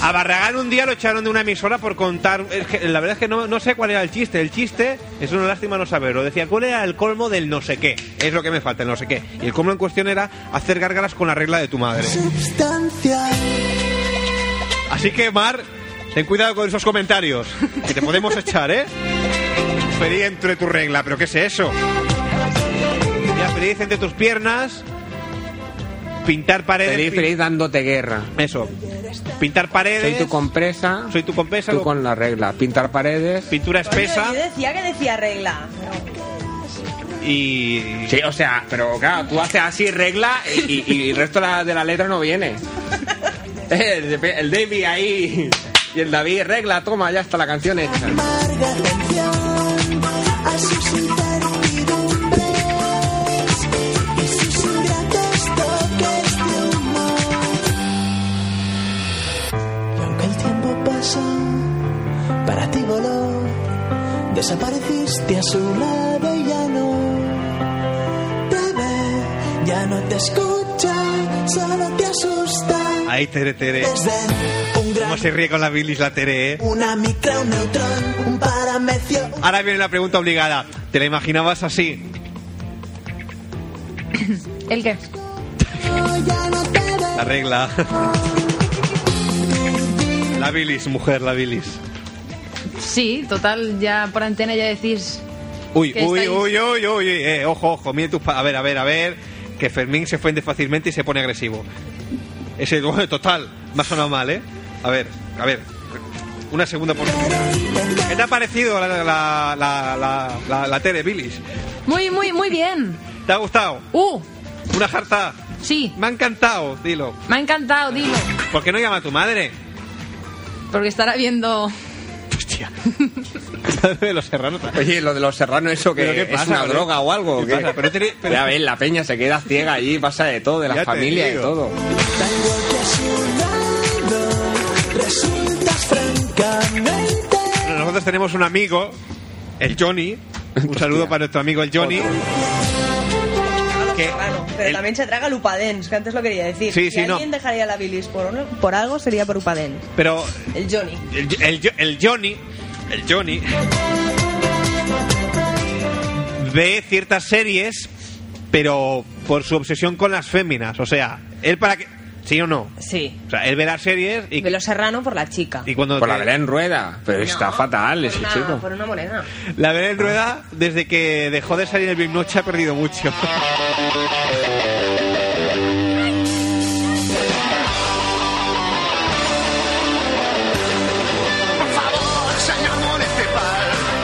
B: A Barragán un día lo echaron de una emisora por contar. es que la verdad es que no, no sé cuál era el chiste. El chiste es una lástima no saberlo. Decía, ¿cuál era el colmo del no sé qué? Es lo que me falta, el no sé qué. Y el colmo en cuestión era hacer gárgaras con la regla de tu madre.
G: Substancia.
B: Así que, Mar, ten cuidado con esos comentarios. Que te podemos echar, ¿eh? Feliz entre tu regla, pero ¿qué es eso? Ya, feliz entre tus piernas. Pintar paredes.
C: Feliz,
B: pin-
C: feliz dándote guerra.
B: Eso. Pintar
C: Soy
B: paredes.
C: tu compresa,
B: soy tu compesa.
C: tú
B: lo-
C: con la regla. Pintar paredes.
B: Pintura
D: Coño,
B: espesa.
D: Yo decía que decía regla.
B: Y.
C: Sí, o sea, pero claro, tú haces así regla y, y- y el resto de la, de la letra no viene. Eh, El, el David ahí y el David regla, toma, ya está la canción hecha.
G: Amarga canción. A sus incertidumbres. Y sus ingratos toques de humor. Y aunque el tiempo pasa. Para ti voló. Desapareciste a su lado y ya no te ve, ya no te escucha, solo te asusta.
B: Ahí, Tere, Tere.
G: Desde un
B: eh, ¿Cómo
G: gran,
B: se ríe con la bilis la Tere, eh?
G: una micra, un neutrón, un paramecio,
B: Ahora viene la pregunta obligada. ¿Te la imaginabas así?
E: ¿El qué?
G: ya no te ve.
B: La regla. La bilis, mujer, la bilis.
E: Sí, total, ya por antena ya decís...
B: Uy,
E: que
B: uy,
E: estáis-
B: uy, uy, uy, uy, eh, ojo, ojo, mire tus... pa- A ver, a ver, a ver, que Fermín se ofende fácilmente y se pone agresivo. Ese, bueno, total, me ha sonado mal, ¿eh? A ver, a ver, una segunda oportunidad. ¿Qué te ha parecido la, la, la, la, la- la tele, Bilis?
E: Muy, muy, muy bien.
B: ¿Te ha gustado?
E: Uh,
B: Una jarta.
E: sí,
B: Me ha encantado, dilo.
E: me ha encantado, dilo.
B: ¿Por qué no llama a tu madre?
E: Porque estará viendo...
B: Hostia. de los serranos.
C: Oye, lo de los serranos, eso
B: ¿Pero qué
C: que es
B: pasa,
C: una
B: pero-
C: droga o algo.
B: ¿Qué
C: ¿o qué?
B: pasa? Pero tiene- pero-
C: Ya ves, la peña se queda ciega allí, pasa de todo, de
B: Ya
C: la
B: te
C: familia y
B: digo.
C: todo.
G: Tango que a su lado resultas francamente.
B: Bueno, Pues Nosotros tenemos un amigo, el Johnny. Un saludo para nuestro amigo el Johnny. Que
D: Bueno, pero
B: el-
D: también se traga el Upadens, que antes lo quería decir.
B: Sí,
D: si
B: sí, no.
D: alguien dejaría la bilis por, por algo, sería por Upaden.
B: pero
D: El Johnny.
B: el, el- el Johnny, el Johnny ve ciertas series, pero por su obsesión con las féminas. O sea, él para que sí o no.
D: Sí.
B: O sea, él ve las series y,
D: De los Serrano por la chica.
B: y cuando
C: Por Pues la
B: te-
C: Belén Rueda, pero está
D: No,
C: fatal
D: por
C: ese
D: una-
C: chico.
D: Por una morena.
B: La Belén Rueda, desde que dejó de salir el Big Noche, ha perdido mucho.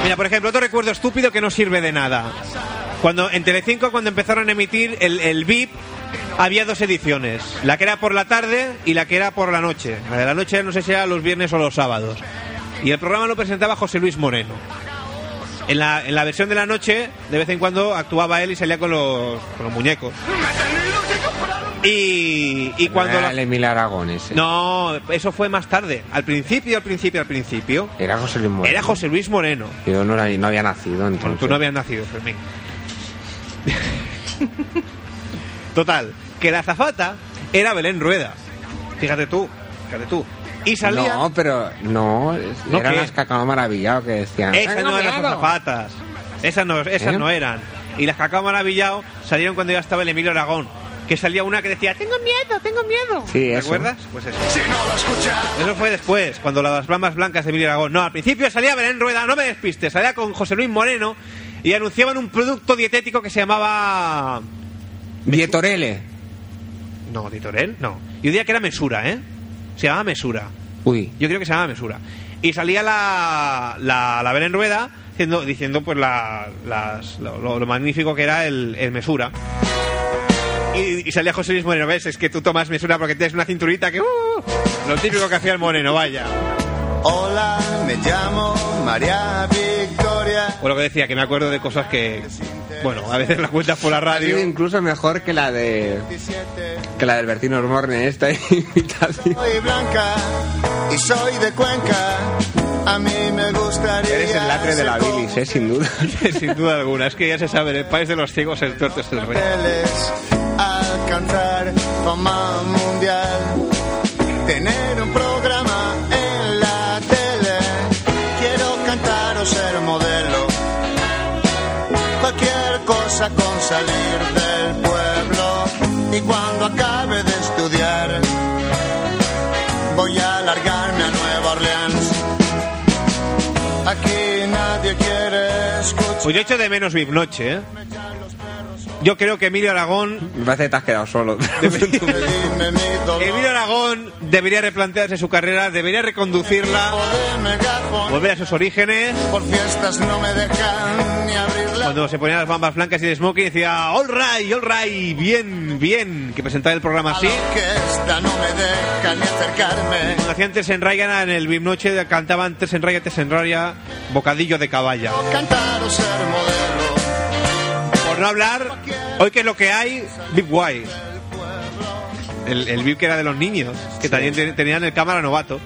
B: Mira, por ejemplo, otro recuerdo estúpido que no sirve de nada. Cuando en Telecinco, cuando empezaron a emitir el, el VIP, había dos ediciones. La que era por la tarde y la que era por la noche. La de la noche no sé si era los viernes o los sábados. Y el programa lo presentaba José Luis Moreno. En la, en la versión de la noche, de vez en cuando actuaba él y salía con los, con los muñecos. Y, y cuando...
C: Era
B: la-
C: el Emilio Aragón ese.
B: No, eso fue más tarde. Al principio, al principio, al principio.
C: Era José Luis Moreno.
B: Era José Luis Moreno.
C: Yo no, era- no había nacido
B: Bueno,
C: entonces.
B: tú no habías nacido, Fermín. Total, que la azafata era Belén Rueda. Fíjate tú, fíjate tú. Y salía...
C: No, pero no,
B: ¿No
C: eran
B: qué?
C: las cacao maravillado que decían.
B: Esas
C: "Venga,
B: no eran las
C: mirado".
B: zapatas. Esas no, esas
C: ¿Eh?
B: no eran. Y las Cacao Maravillado salieron cuando ya estaba el Emilio Aragón. Que salía una que decía, tengo
J: miedo, tengo miedo.
C: Sí,
B: ¿Te
C: eso.
B: acuerdas? Pues eso. Eso fue después, cuando las ramas blancas de Emilio Aragón. No, al principio salía Belén Rueda, no me despistes, salía con José Luis Moreno y anunciaban un producto dietético que se llamaba.
C: Dietorele.
B: No, Titorel, no. Yo diría que era Mesura, ¿eh? Se llamaba Mesura.
C: Uy.
B: Yo creo que se llamaba Mesura. Y salía la, la, la Belén Rueda diciendo, diciendo pues la- las- lo, lo- lo magnífico que era el, el Mesura. Y, y salía José Luis Moreno, ves, es que tú tomas Mesura porque tienes una cinturita que... uh, lo típico que hacía el Moreno, vaya.
G: Hola, me llamo María Victoria.
B: O lo que decía, que me acuerdo de cosas que... Bueno, a veces las cuentas por la
C: Ha sido
B: radio.
C: incluso mejor que la de que la de Albertino Osborne esta imitación.
G: Soy blanca y soy de Cuenca. A mí me gustaría.
C: Eres el latre de la
G: ser
C: bilis, eh, sin duda.
B: Sin duda alguna, es que ya se sabe, en el país de los ciegos el tuerto es el rey.
G: papeles, alcanzar fama mundial, tener un programa en la tele. Quiero cantar o ser modelo, cualquier cosa con salir del pueblo. Y cuando acabe de estudiar, voy a largarme a Nueva Orleans. Aquí nadie quiere escuchar.
B: Pues yo echo de menos VIP Noche, ¿eh? Yo creo que Emilio Aragón...
C: Me parece que te has quedado solo.
G: Dime mi dolor.
B: Emilio Aragón debería replantearse su carrera, debería reconducirla,
G: de megafón.
B: volver a sus orígenes,
G: Por fiestas no me dejan ni abrirla.
B: cuando se ponían las bambas blancas y de smoking decía, all right, all right, bien, bien, que presentaba el programa
G: A
B: así.
G: la orquesta no me deja ni acercarme.
B: Cuando hacían Tres en Raya en el VIP Noche, cantaban Tres en Raya, Tres en Raya, Bocadillo de Caballa.
G: O cantar o ser modelo.
B: Por no hablar, hoy que es lo que hay, VIP Guay. El, el VIP que era de los niños, que también te- tenían el cámara novato.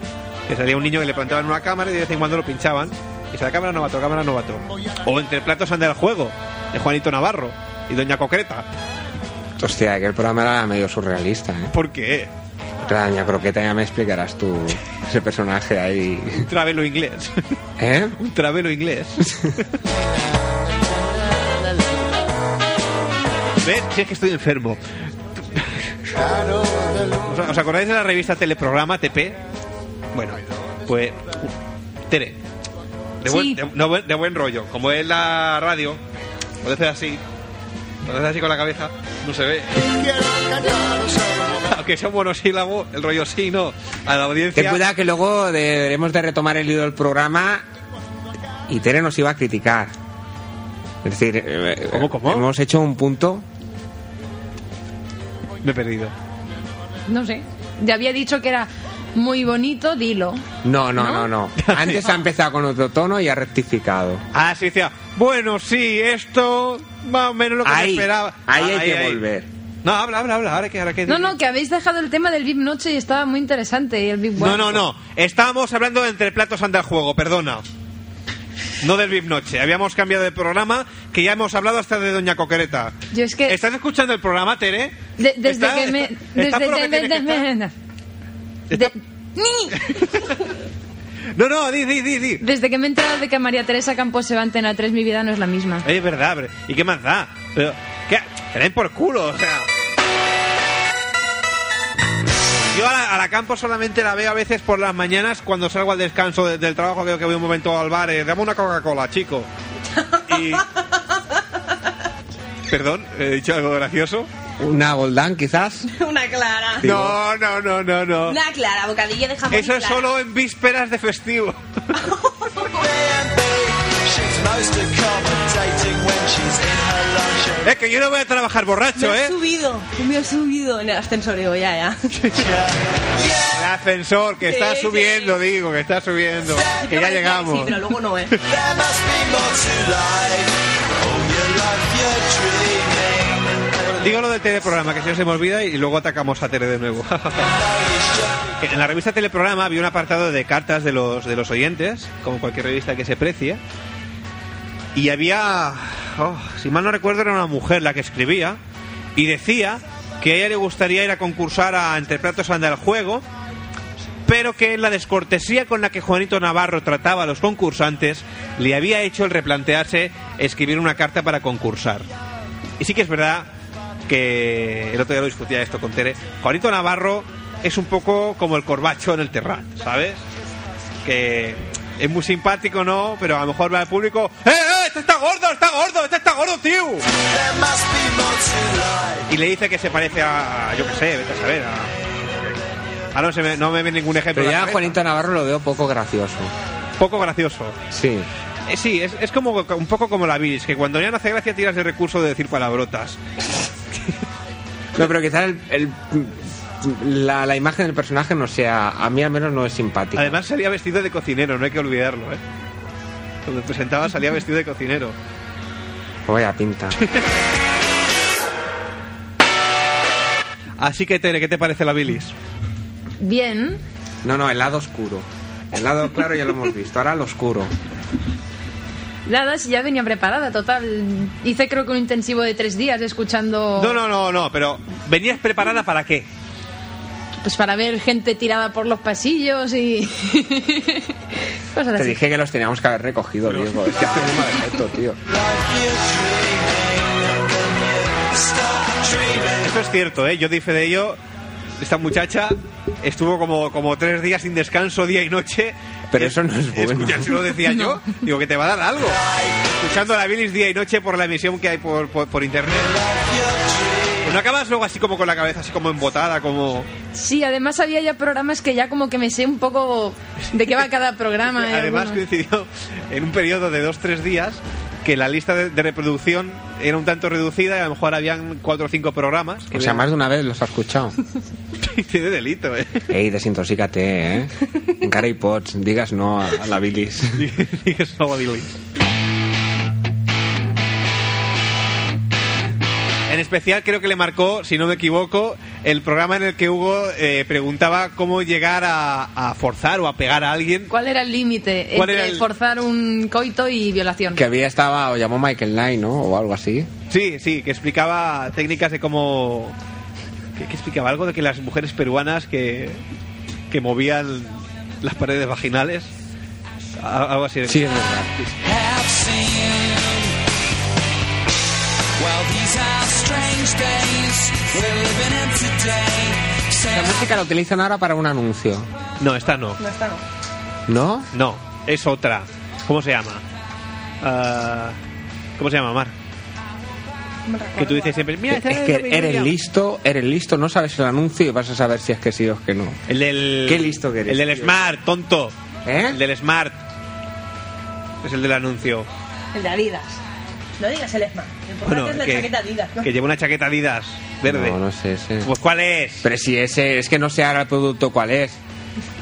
B: Que salía un niño que le plantaban una cámara y de vez en cuando lo pinchaban. Y salía cámara novato, cámara novato. O entre platos anda el juego, de Juanito Navarro y Doña Concreta.
C: Hostia, que el programa era medio surrealista, eh.
B: ¿Por qué?
C: Otra daña croqueta ya me explicarás tú ese personaje ahí.
B: Un travelo inglés.
C: ¿Eh?
B: Un travelo inglés. ¿Ves? Si es que estoy enfermo. ¿Os- ¿Os acordáis de la revista Teleprograma, TP? Bueno, pues... Tere. De buen,
D: Sí.
B: de- no buen- de buen rollo. Como es la radio, cuando haces así, cuando haces así con la cabeza, no se ve.
G: Quiero cantar o ser modelo.
B: Aunque sea un monosílabo, el rollo sí, no. A la audiencia...
C: Ten cuidado que luego deberemos de retomar el hilo del programa y Tere nos iba a criticar. Es decir, eh,
B: ¿Cómo, cómo?
C: hemos hecho un punto.
B: Me he perdido.
E: No sé. Ya había dicho que era muy bonito, dilo.
C: No, no, no, no. Antes ha empezado con otro tono y ha rectificado.
B: Ah, sí, decía, bueno, sí, esto más o menos lo que me
C: Ahí,
B: esperaba.
C: ahí
B: Ah,
C: hay que volver.
B: No, habla, habla, habla, ahora que... Ahora que
E: No, no, que habéis dejado el tema del VIP Noche y estaba muy interesante. y el VIP
B: no,
E: Guay.
B: no, no. Estábamos hablando de entre platos anda el juego, perdona. No del VIP Noche. Habíamos cambiado de programa, que ya hemos hablado hasta de Doña Coquereta.
E: Yo es que-
B: ¿Estás escuchando el programa, Tere?
E: De- desde
B: Está-
E: que me.
B: está-
E: Desde
B: está por lo
E: que
B: que tiene que estar.
E: de-
B: No, no, di, di, di, di.
E: desde que me he enterado de que María Teresa Campos se va a Antena 3, mi vida no es la misma.
B: Oye, Es verdad, pero- ¿y qué más da? Pero, ¿qué? Que den por culo, o sea. Yo a la, a la campo solamente la veo a veces por las mañanas cuando salgo al descanso de- del trabajo, creo que voy un momento al bar, eh, dame una Coca-Cola, chico. Y... Perdón, he dicho algo gracioso.
C: Una Goldán, quizás.
D: Una clara.
B: No, no, no, no, no.
D: Una clara, bocadillo de jamón. y
B: Eso es
D: clara.
B: solo en vísperas de festivo.
F: She's mostly commentating when she's in her luncheon.
B: Es que yo no voy a trabajar
D: Me
B: borracho,
D: he
B: ¿eh?
D: subido, me he subido en el ascensorio ya, ya.
B: El ascensor que está
D: Sí, sí.
B: subiendo, digo, que está subiendo. Que ya
D: Sí,
B: llegamos.
D: pero luego no, ¿eh?
F: There must be more to life. All your life you're dreaming.
B: Digo lo del teleprograma, que si no se me olvida y luego atacamos a Tere de nuevo. en la revista Teleprograma había un apartado de cartas de los, de los oyentes, como cualquier revista que se precie. Y había, oh, si mal no recuerdo, era una mujer la que escribía y decía que a ella le gustaría ir a concursar a Entre Platos Anda el Juego, pero que la descortesía con la que Juanito Navarro trataba a los concursantes le había hecho el replantearse escribir una carta para concursar. Y sí que es verdad que el otro día lo discutía esto con Tere. Juanito Navarro es un poco como el corbacho en el terrat, ¿sabes? Que es muy simpático, ¿no? Pero a lo mejor va al público. ¡Eh, eh! ¡Este está gordo! ¡Está gordo! ¡Este está gordo, tío! Y le dice que se parece a. Yo qué sé, vete a saber. a- Ah, no, se me, no me ve ningún ejemplo.
C: Pero
B: en la
C: ya
B: cabeza.
C: Juanito Navarro lo veo poco gracioso.
B: Poco gracioso.
C: Sí.
B: Eh, sí, es, es como un poco como la bilis, que cuando ya no hace gracia tiras de recurso de decir palabrotas.
C: No, pero quizás el- el- la, la imagen del personaje no sea, a mí al menos no es simpática.
B: Además salía vestido de cocinero, no hay que olvidarlo, ¿eh? Cuando presentaba salía vestido de cocinero.
C: Vaya pinta.
B: Así que, Tere, ¿qué te parece la bilis?
E: Bien,
C: No, no, el lado oscuro. El lado claro ya lo hemos visto, ahora el oscuro.
E: nada, si ya venía preparada, total. Hice creo que un intensivo de tres días escuchando...
B: No, no, no, no, pero ¿venías preparada para qué?
E: Pues para ver gente tirada por los pasillos y... Cosas
C: Te
E: así.
C: dije que los teníamos que haber recogido, Diego. Es que hace un mal efecto, tío.
B: Eso es cierto, ¿eh? Yo dije de ello, esta muchacha estuvo como, como tres días sin descanso, día y noche.
C: Pero eso no es bueno.
B: Escucha, si lo decía yo, digo que te va a dar algo. Escuchando la bilis día y noche por la emisión que hay por, por, por internet. Pues no acabas luego así como con la cabeza así como embotada, como...
E: Sí, además había ya programas que ya como que me sé un poco de qué va cada programa. ¿eh?
B: Además
E: Algunos.
B: coincidió en un periodo de dos tres días que la lista de, de reproducción era un tanto reducida y a lo mejor habían cuatro o cinco programas.
C: O sea, más de una vez los ha escuchado.
B: Tiene delito, ¿eh?
C: Ey, desintoxícate, ¿eh? En cara y pots, digas no a, a la bilis.
B: Digas no a bilis. En especial creo que le marcó, si no me equivoco, el programa en el que Hugo eh, preguntaba cómo llegar a, a forzar o a pegar a alguien.
E: ¿Cuál era el límite
B: ¿Cuál
E: entre
B: era el-
E: forzar un coito y violación?
C: Que había estaba, o llamó Michael Knight, ¿no? O algo así.
B: Sí, sí, que explicaba técnicas de cómo... Que, que explicaba algo de que las mujeres peruanas que, que movían las paredes vaginales. a- Algo así.
C: Sí, es verdad. La música la utilizan ahora para un anuncio,
B: No, esta no.
D: No está, no.
C: ¿no?
B: No, es otra. ¿Cómo se llama? Ah, ¿Cómo se llama, Mar?
D: No me recuerdo.
B: Que tú dices siempre, mira,
C: Es
B: esta
C: que
B: de Robin
C: eres
B: Williams".
C: listo, eres listo, no sabes el anuncio y vas a saber si es que sí o es que no.
B: El del...
C: Qué listo que eres,
B: El del
C: tío.
B: Smart, tonto.
C: ¿Eh?
B: El del Smart. Es el del anuncio.
D: El de Adidas. No digas el ESMA. Lo importante Este es la chaqueta Adidas. ¿no?
B: que lleva una chaqueta Adidas verde.
C: No, no sé, ese.
B: Pues ¿cuál es?
C: Pero si ese, es que no sé ahora el producto cuál es.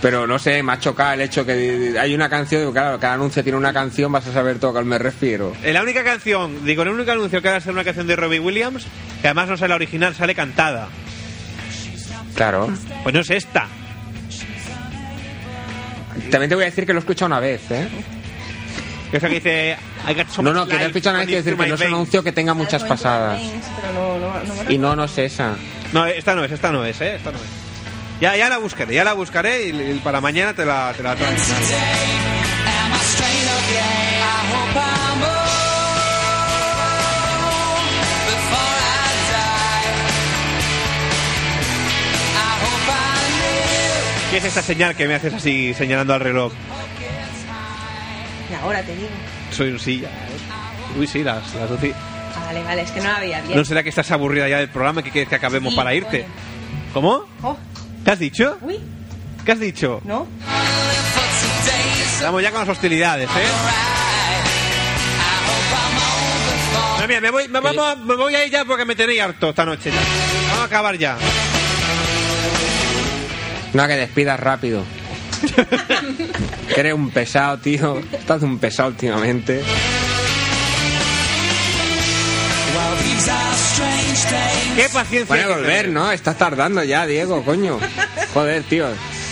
C: Pero no sé, me ha chocado el hecho que di- di- hay una canción, claro, cada anuncio tiene una canción, vas a saber todo a cuál me refiero.
B: Eh, La única canción, digo, el único anuncio que va a ser una canción de Robbie Williams, que además no sale la original, sale cantada.
C: Claro.
B: Pues no es esta.
C: También te voy a decir que lo he escuchado una vez, ¿eh?
B: Que Esa que dice... I got so
C: No, no,
B: much
C: que no he
B: life
C: escuchado una
B: running
C: vez, quiero decir
B: through
C: que no es un
B: my veins.
C: anuncio que tenga muchas
D: Algo en
C: pasadas.
D: Drag Race, Pero no, no, no me
C: Y
D: recuerdo.
C: no, no es esa.
B: No, esta no es, esta no es, ¿eh? Esta no es. Ya, ya la buscaré, ya la buscaré y, y para mañana te la, te la traigo. ¿Qué es esta señal que me haces así señalando al reloj?
D: Y Ahora te digo.
B: Soy un silla. Uy, sí, las, las doce-
D: Ah, Vale, vale, es que no la había bien.
B: ¿No será que estás aburrida ya del programa y que quieres que acabemos
D: Sí,
B: para irte?
D: coño.
B: ¿Cómo?
D: Oh,
B: ¿Qué has dicho?
D: uy,
B: ¿Qué has dicho?
D: ¿no?
B: Vamos ya con las hostilidades, ¿eh? No, mira, me voy, me, vamos a- me voy a ir ya porque me tenéis harto esta noche. ya. Vamos a acabar ya.
C: No, que despidas rápido. que eres un pesado, tío. Estás un pesado últimamente.
B: Qué paciencia.
C: Van a
B: hay que
C: volver,
B: tener.
C: ¿no? Estás tardando ya, Diego, coño. Joder, tío.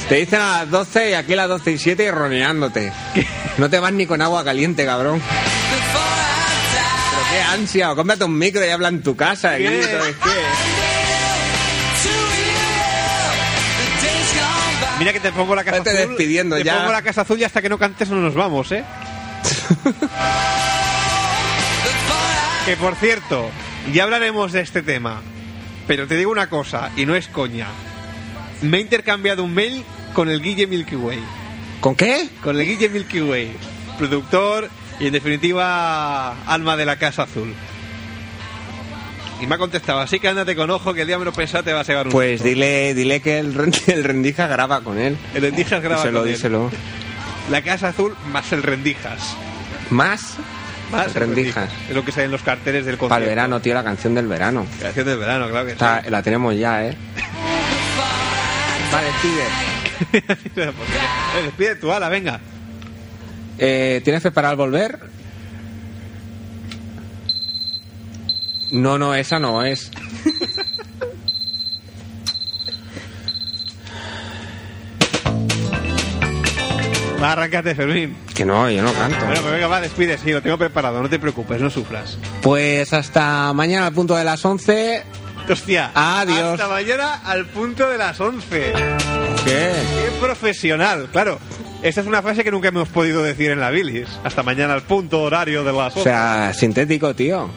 C: Te dicen a las 12 y aquí a las 12 y 7 y roneándote. No te vas ni con agua caliente, cabrón. Pero qué ansia, o cómprate un micro y habla en tu casa.
B: ¿Qué?
C: grito, es que-
B: Mira que te pongo la casa
C: Vete
B: azul.
C: despidiendo
B: te
C: ya.
B: pongo la casa azul y hasta que no cantes no nos vamos, ¿eh? que por cierto, ya hablaremos de este tema. Pero te digo una cosa, y no es coña. Me he intercambiado un mail con el Guille Milky Way.
C: ¿Con qué?
B: Con el Guille Milky Way. Productor y en definitiva alma de la casa azul. Y me ha contestado, así que ándate con ojo que el día menos pensado te va a llevar un
C: Pues
B: susto".
C: dile, dile que el, ren- el rendija graba con él.
B: El rendijas graba
C: Díselo,
B: con él.
C: díselo.
B: La Casa Azul más el Rendijas.
C: Más
B: Más el
C: rendijas.
B: Es lo que sale en los carteles del concierto.
C: Para el verano, Ah. tío, la canción del verano.
B: Canción del verano, claro que
C: Está- la tenemos ya, ¿eh? Vale, pide.
B: sí. ¿Por qué? Despide tu ala, venga.
C: Eh, ¿Tienes fe para al volver? No, no, esa no es.
B: Va, arráncate, Fermín.
C: Que no, yo no canto.
B: Bueno, pues venga, va, despide, sí, lo tengo preparado, no te preocupes, no sufras.
C: Pues hasta mañana al punto de las 11.
B: Hostia.
C: Adiós.
B: Hasta mañana al punto de las 11.
C: ¿Qué?
B: Qué profesional, claro. Esta es una frase que nunca hemos podido decir en la bilis. Hasta mañana al punto horario de las
C: O
B: 11.
C: sea, sintético, tío.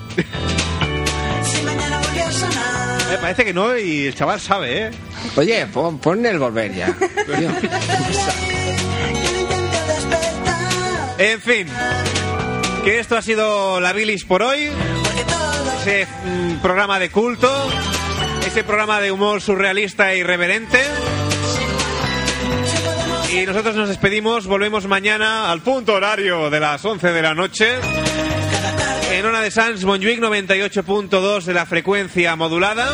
I: Si mañana volvió a sonar.
B: Eh, parece que no y el chaval sabe, ¿eh?
C: Oye, pon, pon el volver ya. tío.
B: En fin, que esto ha sido la bilis por hoy. Ese mm, programa de culto, ese programa de humor surrealista e irreverente. Y nosotros nos despedimos, volvemos mañana al punto horario de las 11 de la noche. En Ona de Sans Montjuic 98.2 de la frecuencia modulada.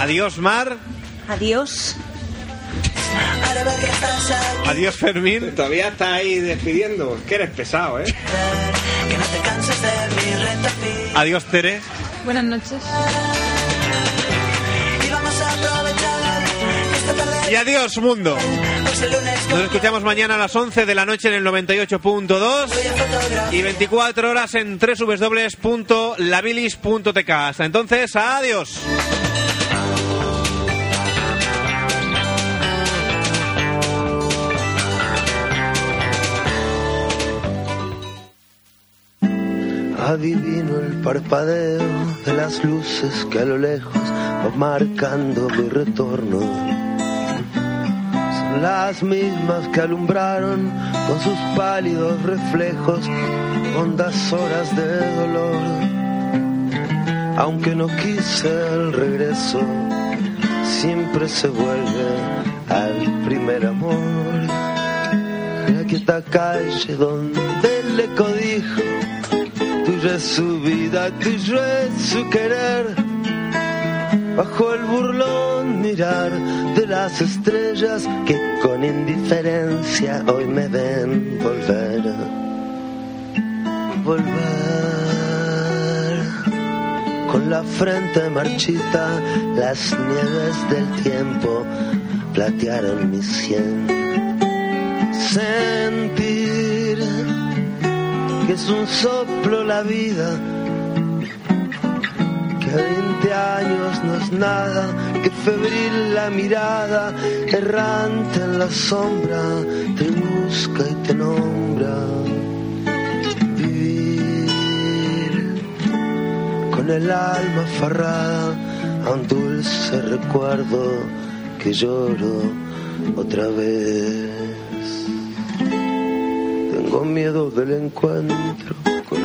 B: Adiós Mar,
D: Adiós.
B: adiós Fermín.
C: Todavía está ahí despidiendo. Que eres pesado, ¿eh?
B: Adiós Tere.
E: Buenas noches.
B: Y adiós mundo. Nos escuchamos mañana a las 11 de la noche en el 98.2 y 24 horas en www.labilis.tk. Hasta entonces, adiós.
G: Adivino el parpadeo de las luces que a lo lejos van marcando mi retorno. Son las mismas que alumbraron con sus pálidos reflejos hondas horas de dolor. Aunque no quise el regreso, siempre se vuelve al primer amor. De esta calle donde le eco dijo tuya es su vida, tuyo es su querer. Bajo el burlón mirar de las estrellas que con indiferencia hoy me ven volver. Volver con la frente marchita, las nieves del tiempo platearon mi sien. Sentir que es un soplo la vida, que a 20 años no es nada, que febril la mirada, errante en la sombra, te busca y te nombra. Vivir con el alma aferrada a un dulce recuerdo que lloro otra vez. Tengo miedo del encuentro con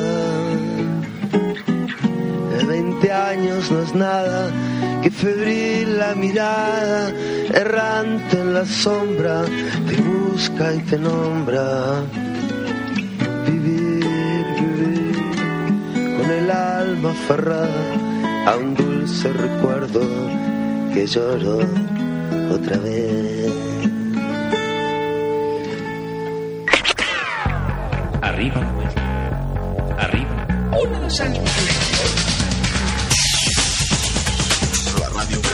G: De 20 años no es nada que febril la mirada, errante en la sombra, te busca y te nombra. Vivir, vivir, con el alma aferrada a un dulce recuerdo que lloro otra vez.
K: Arriba. Arriba.
L: La ràdio que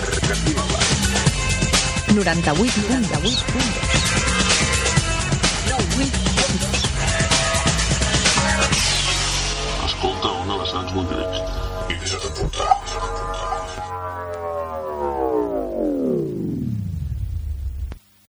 L: 98.8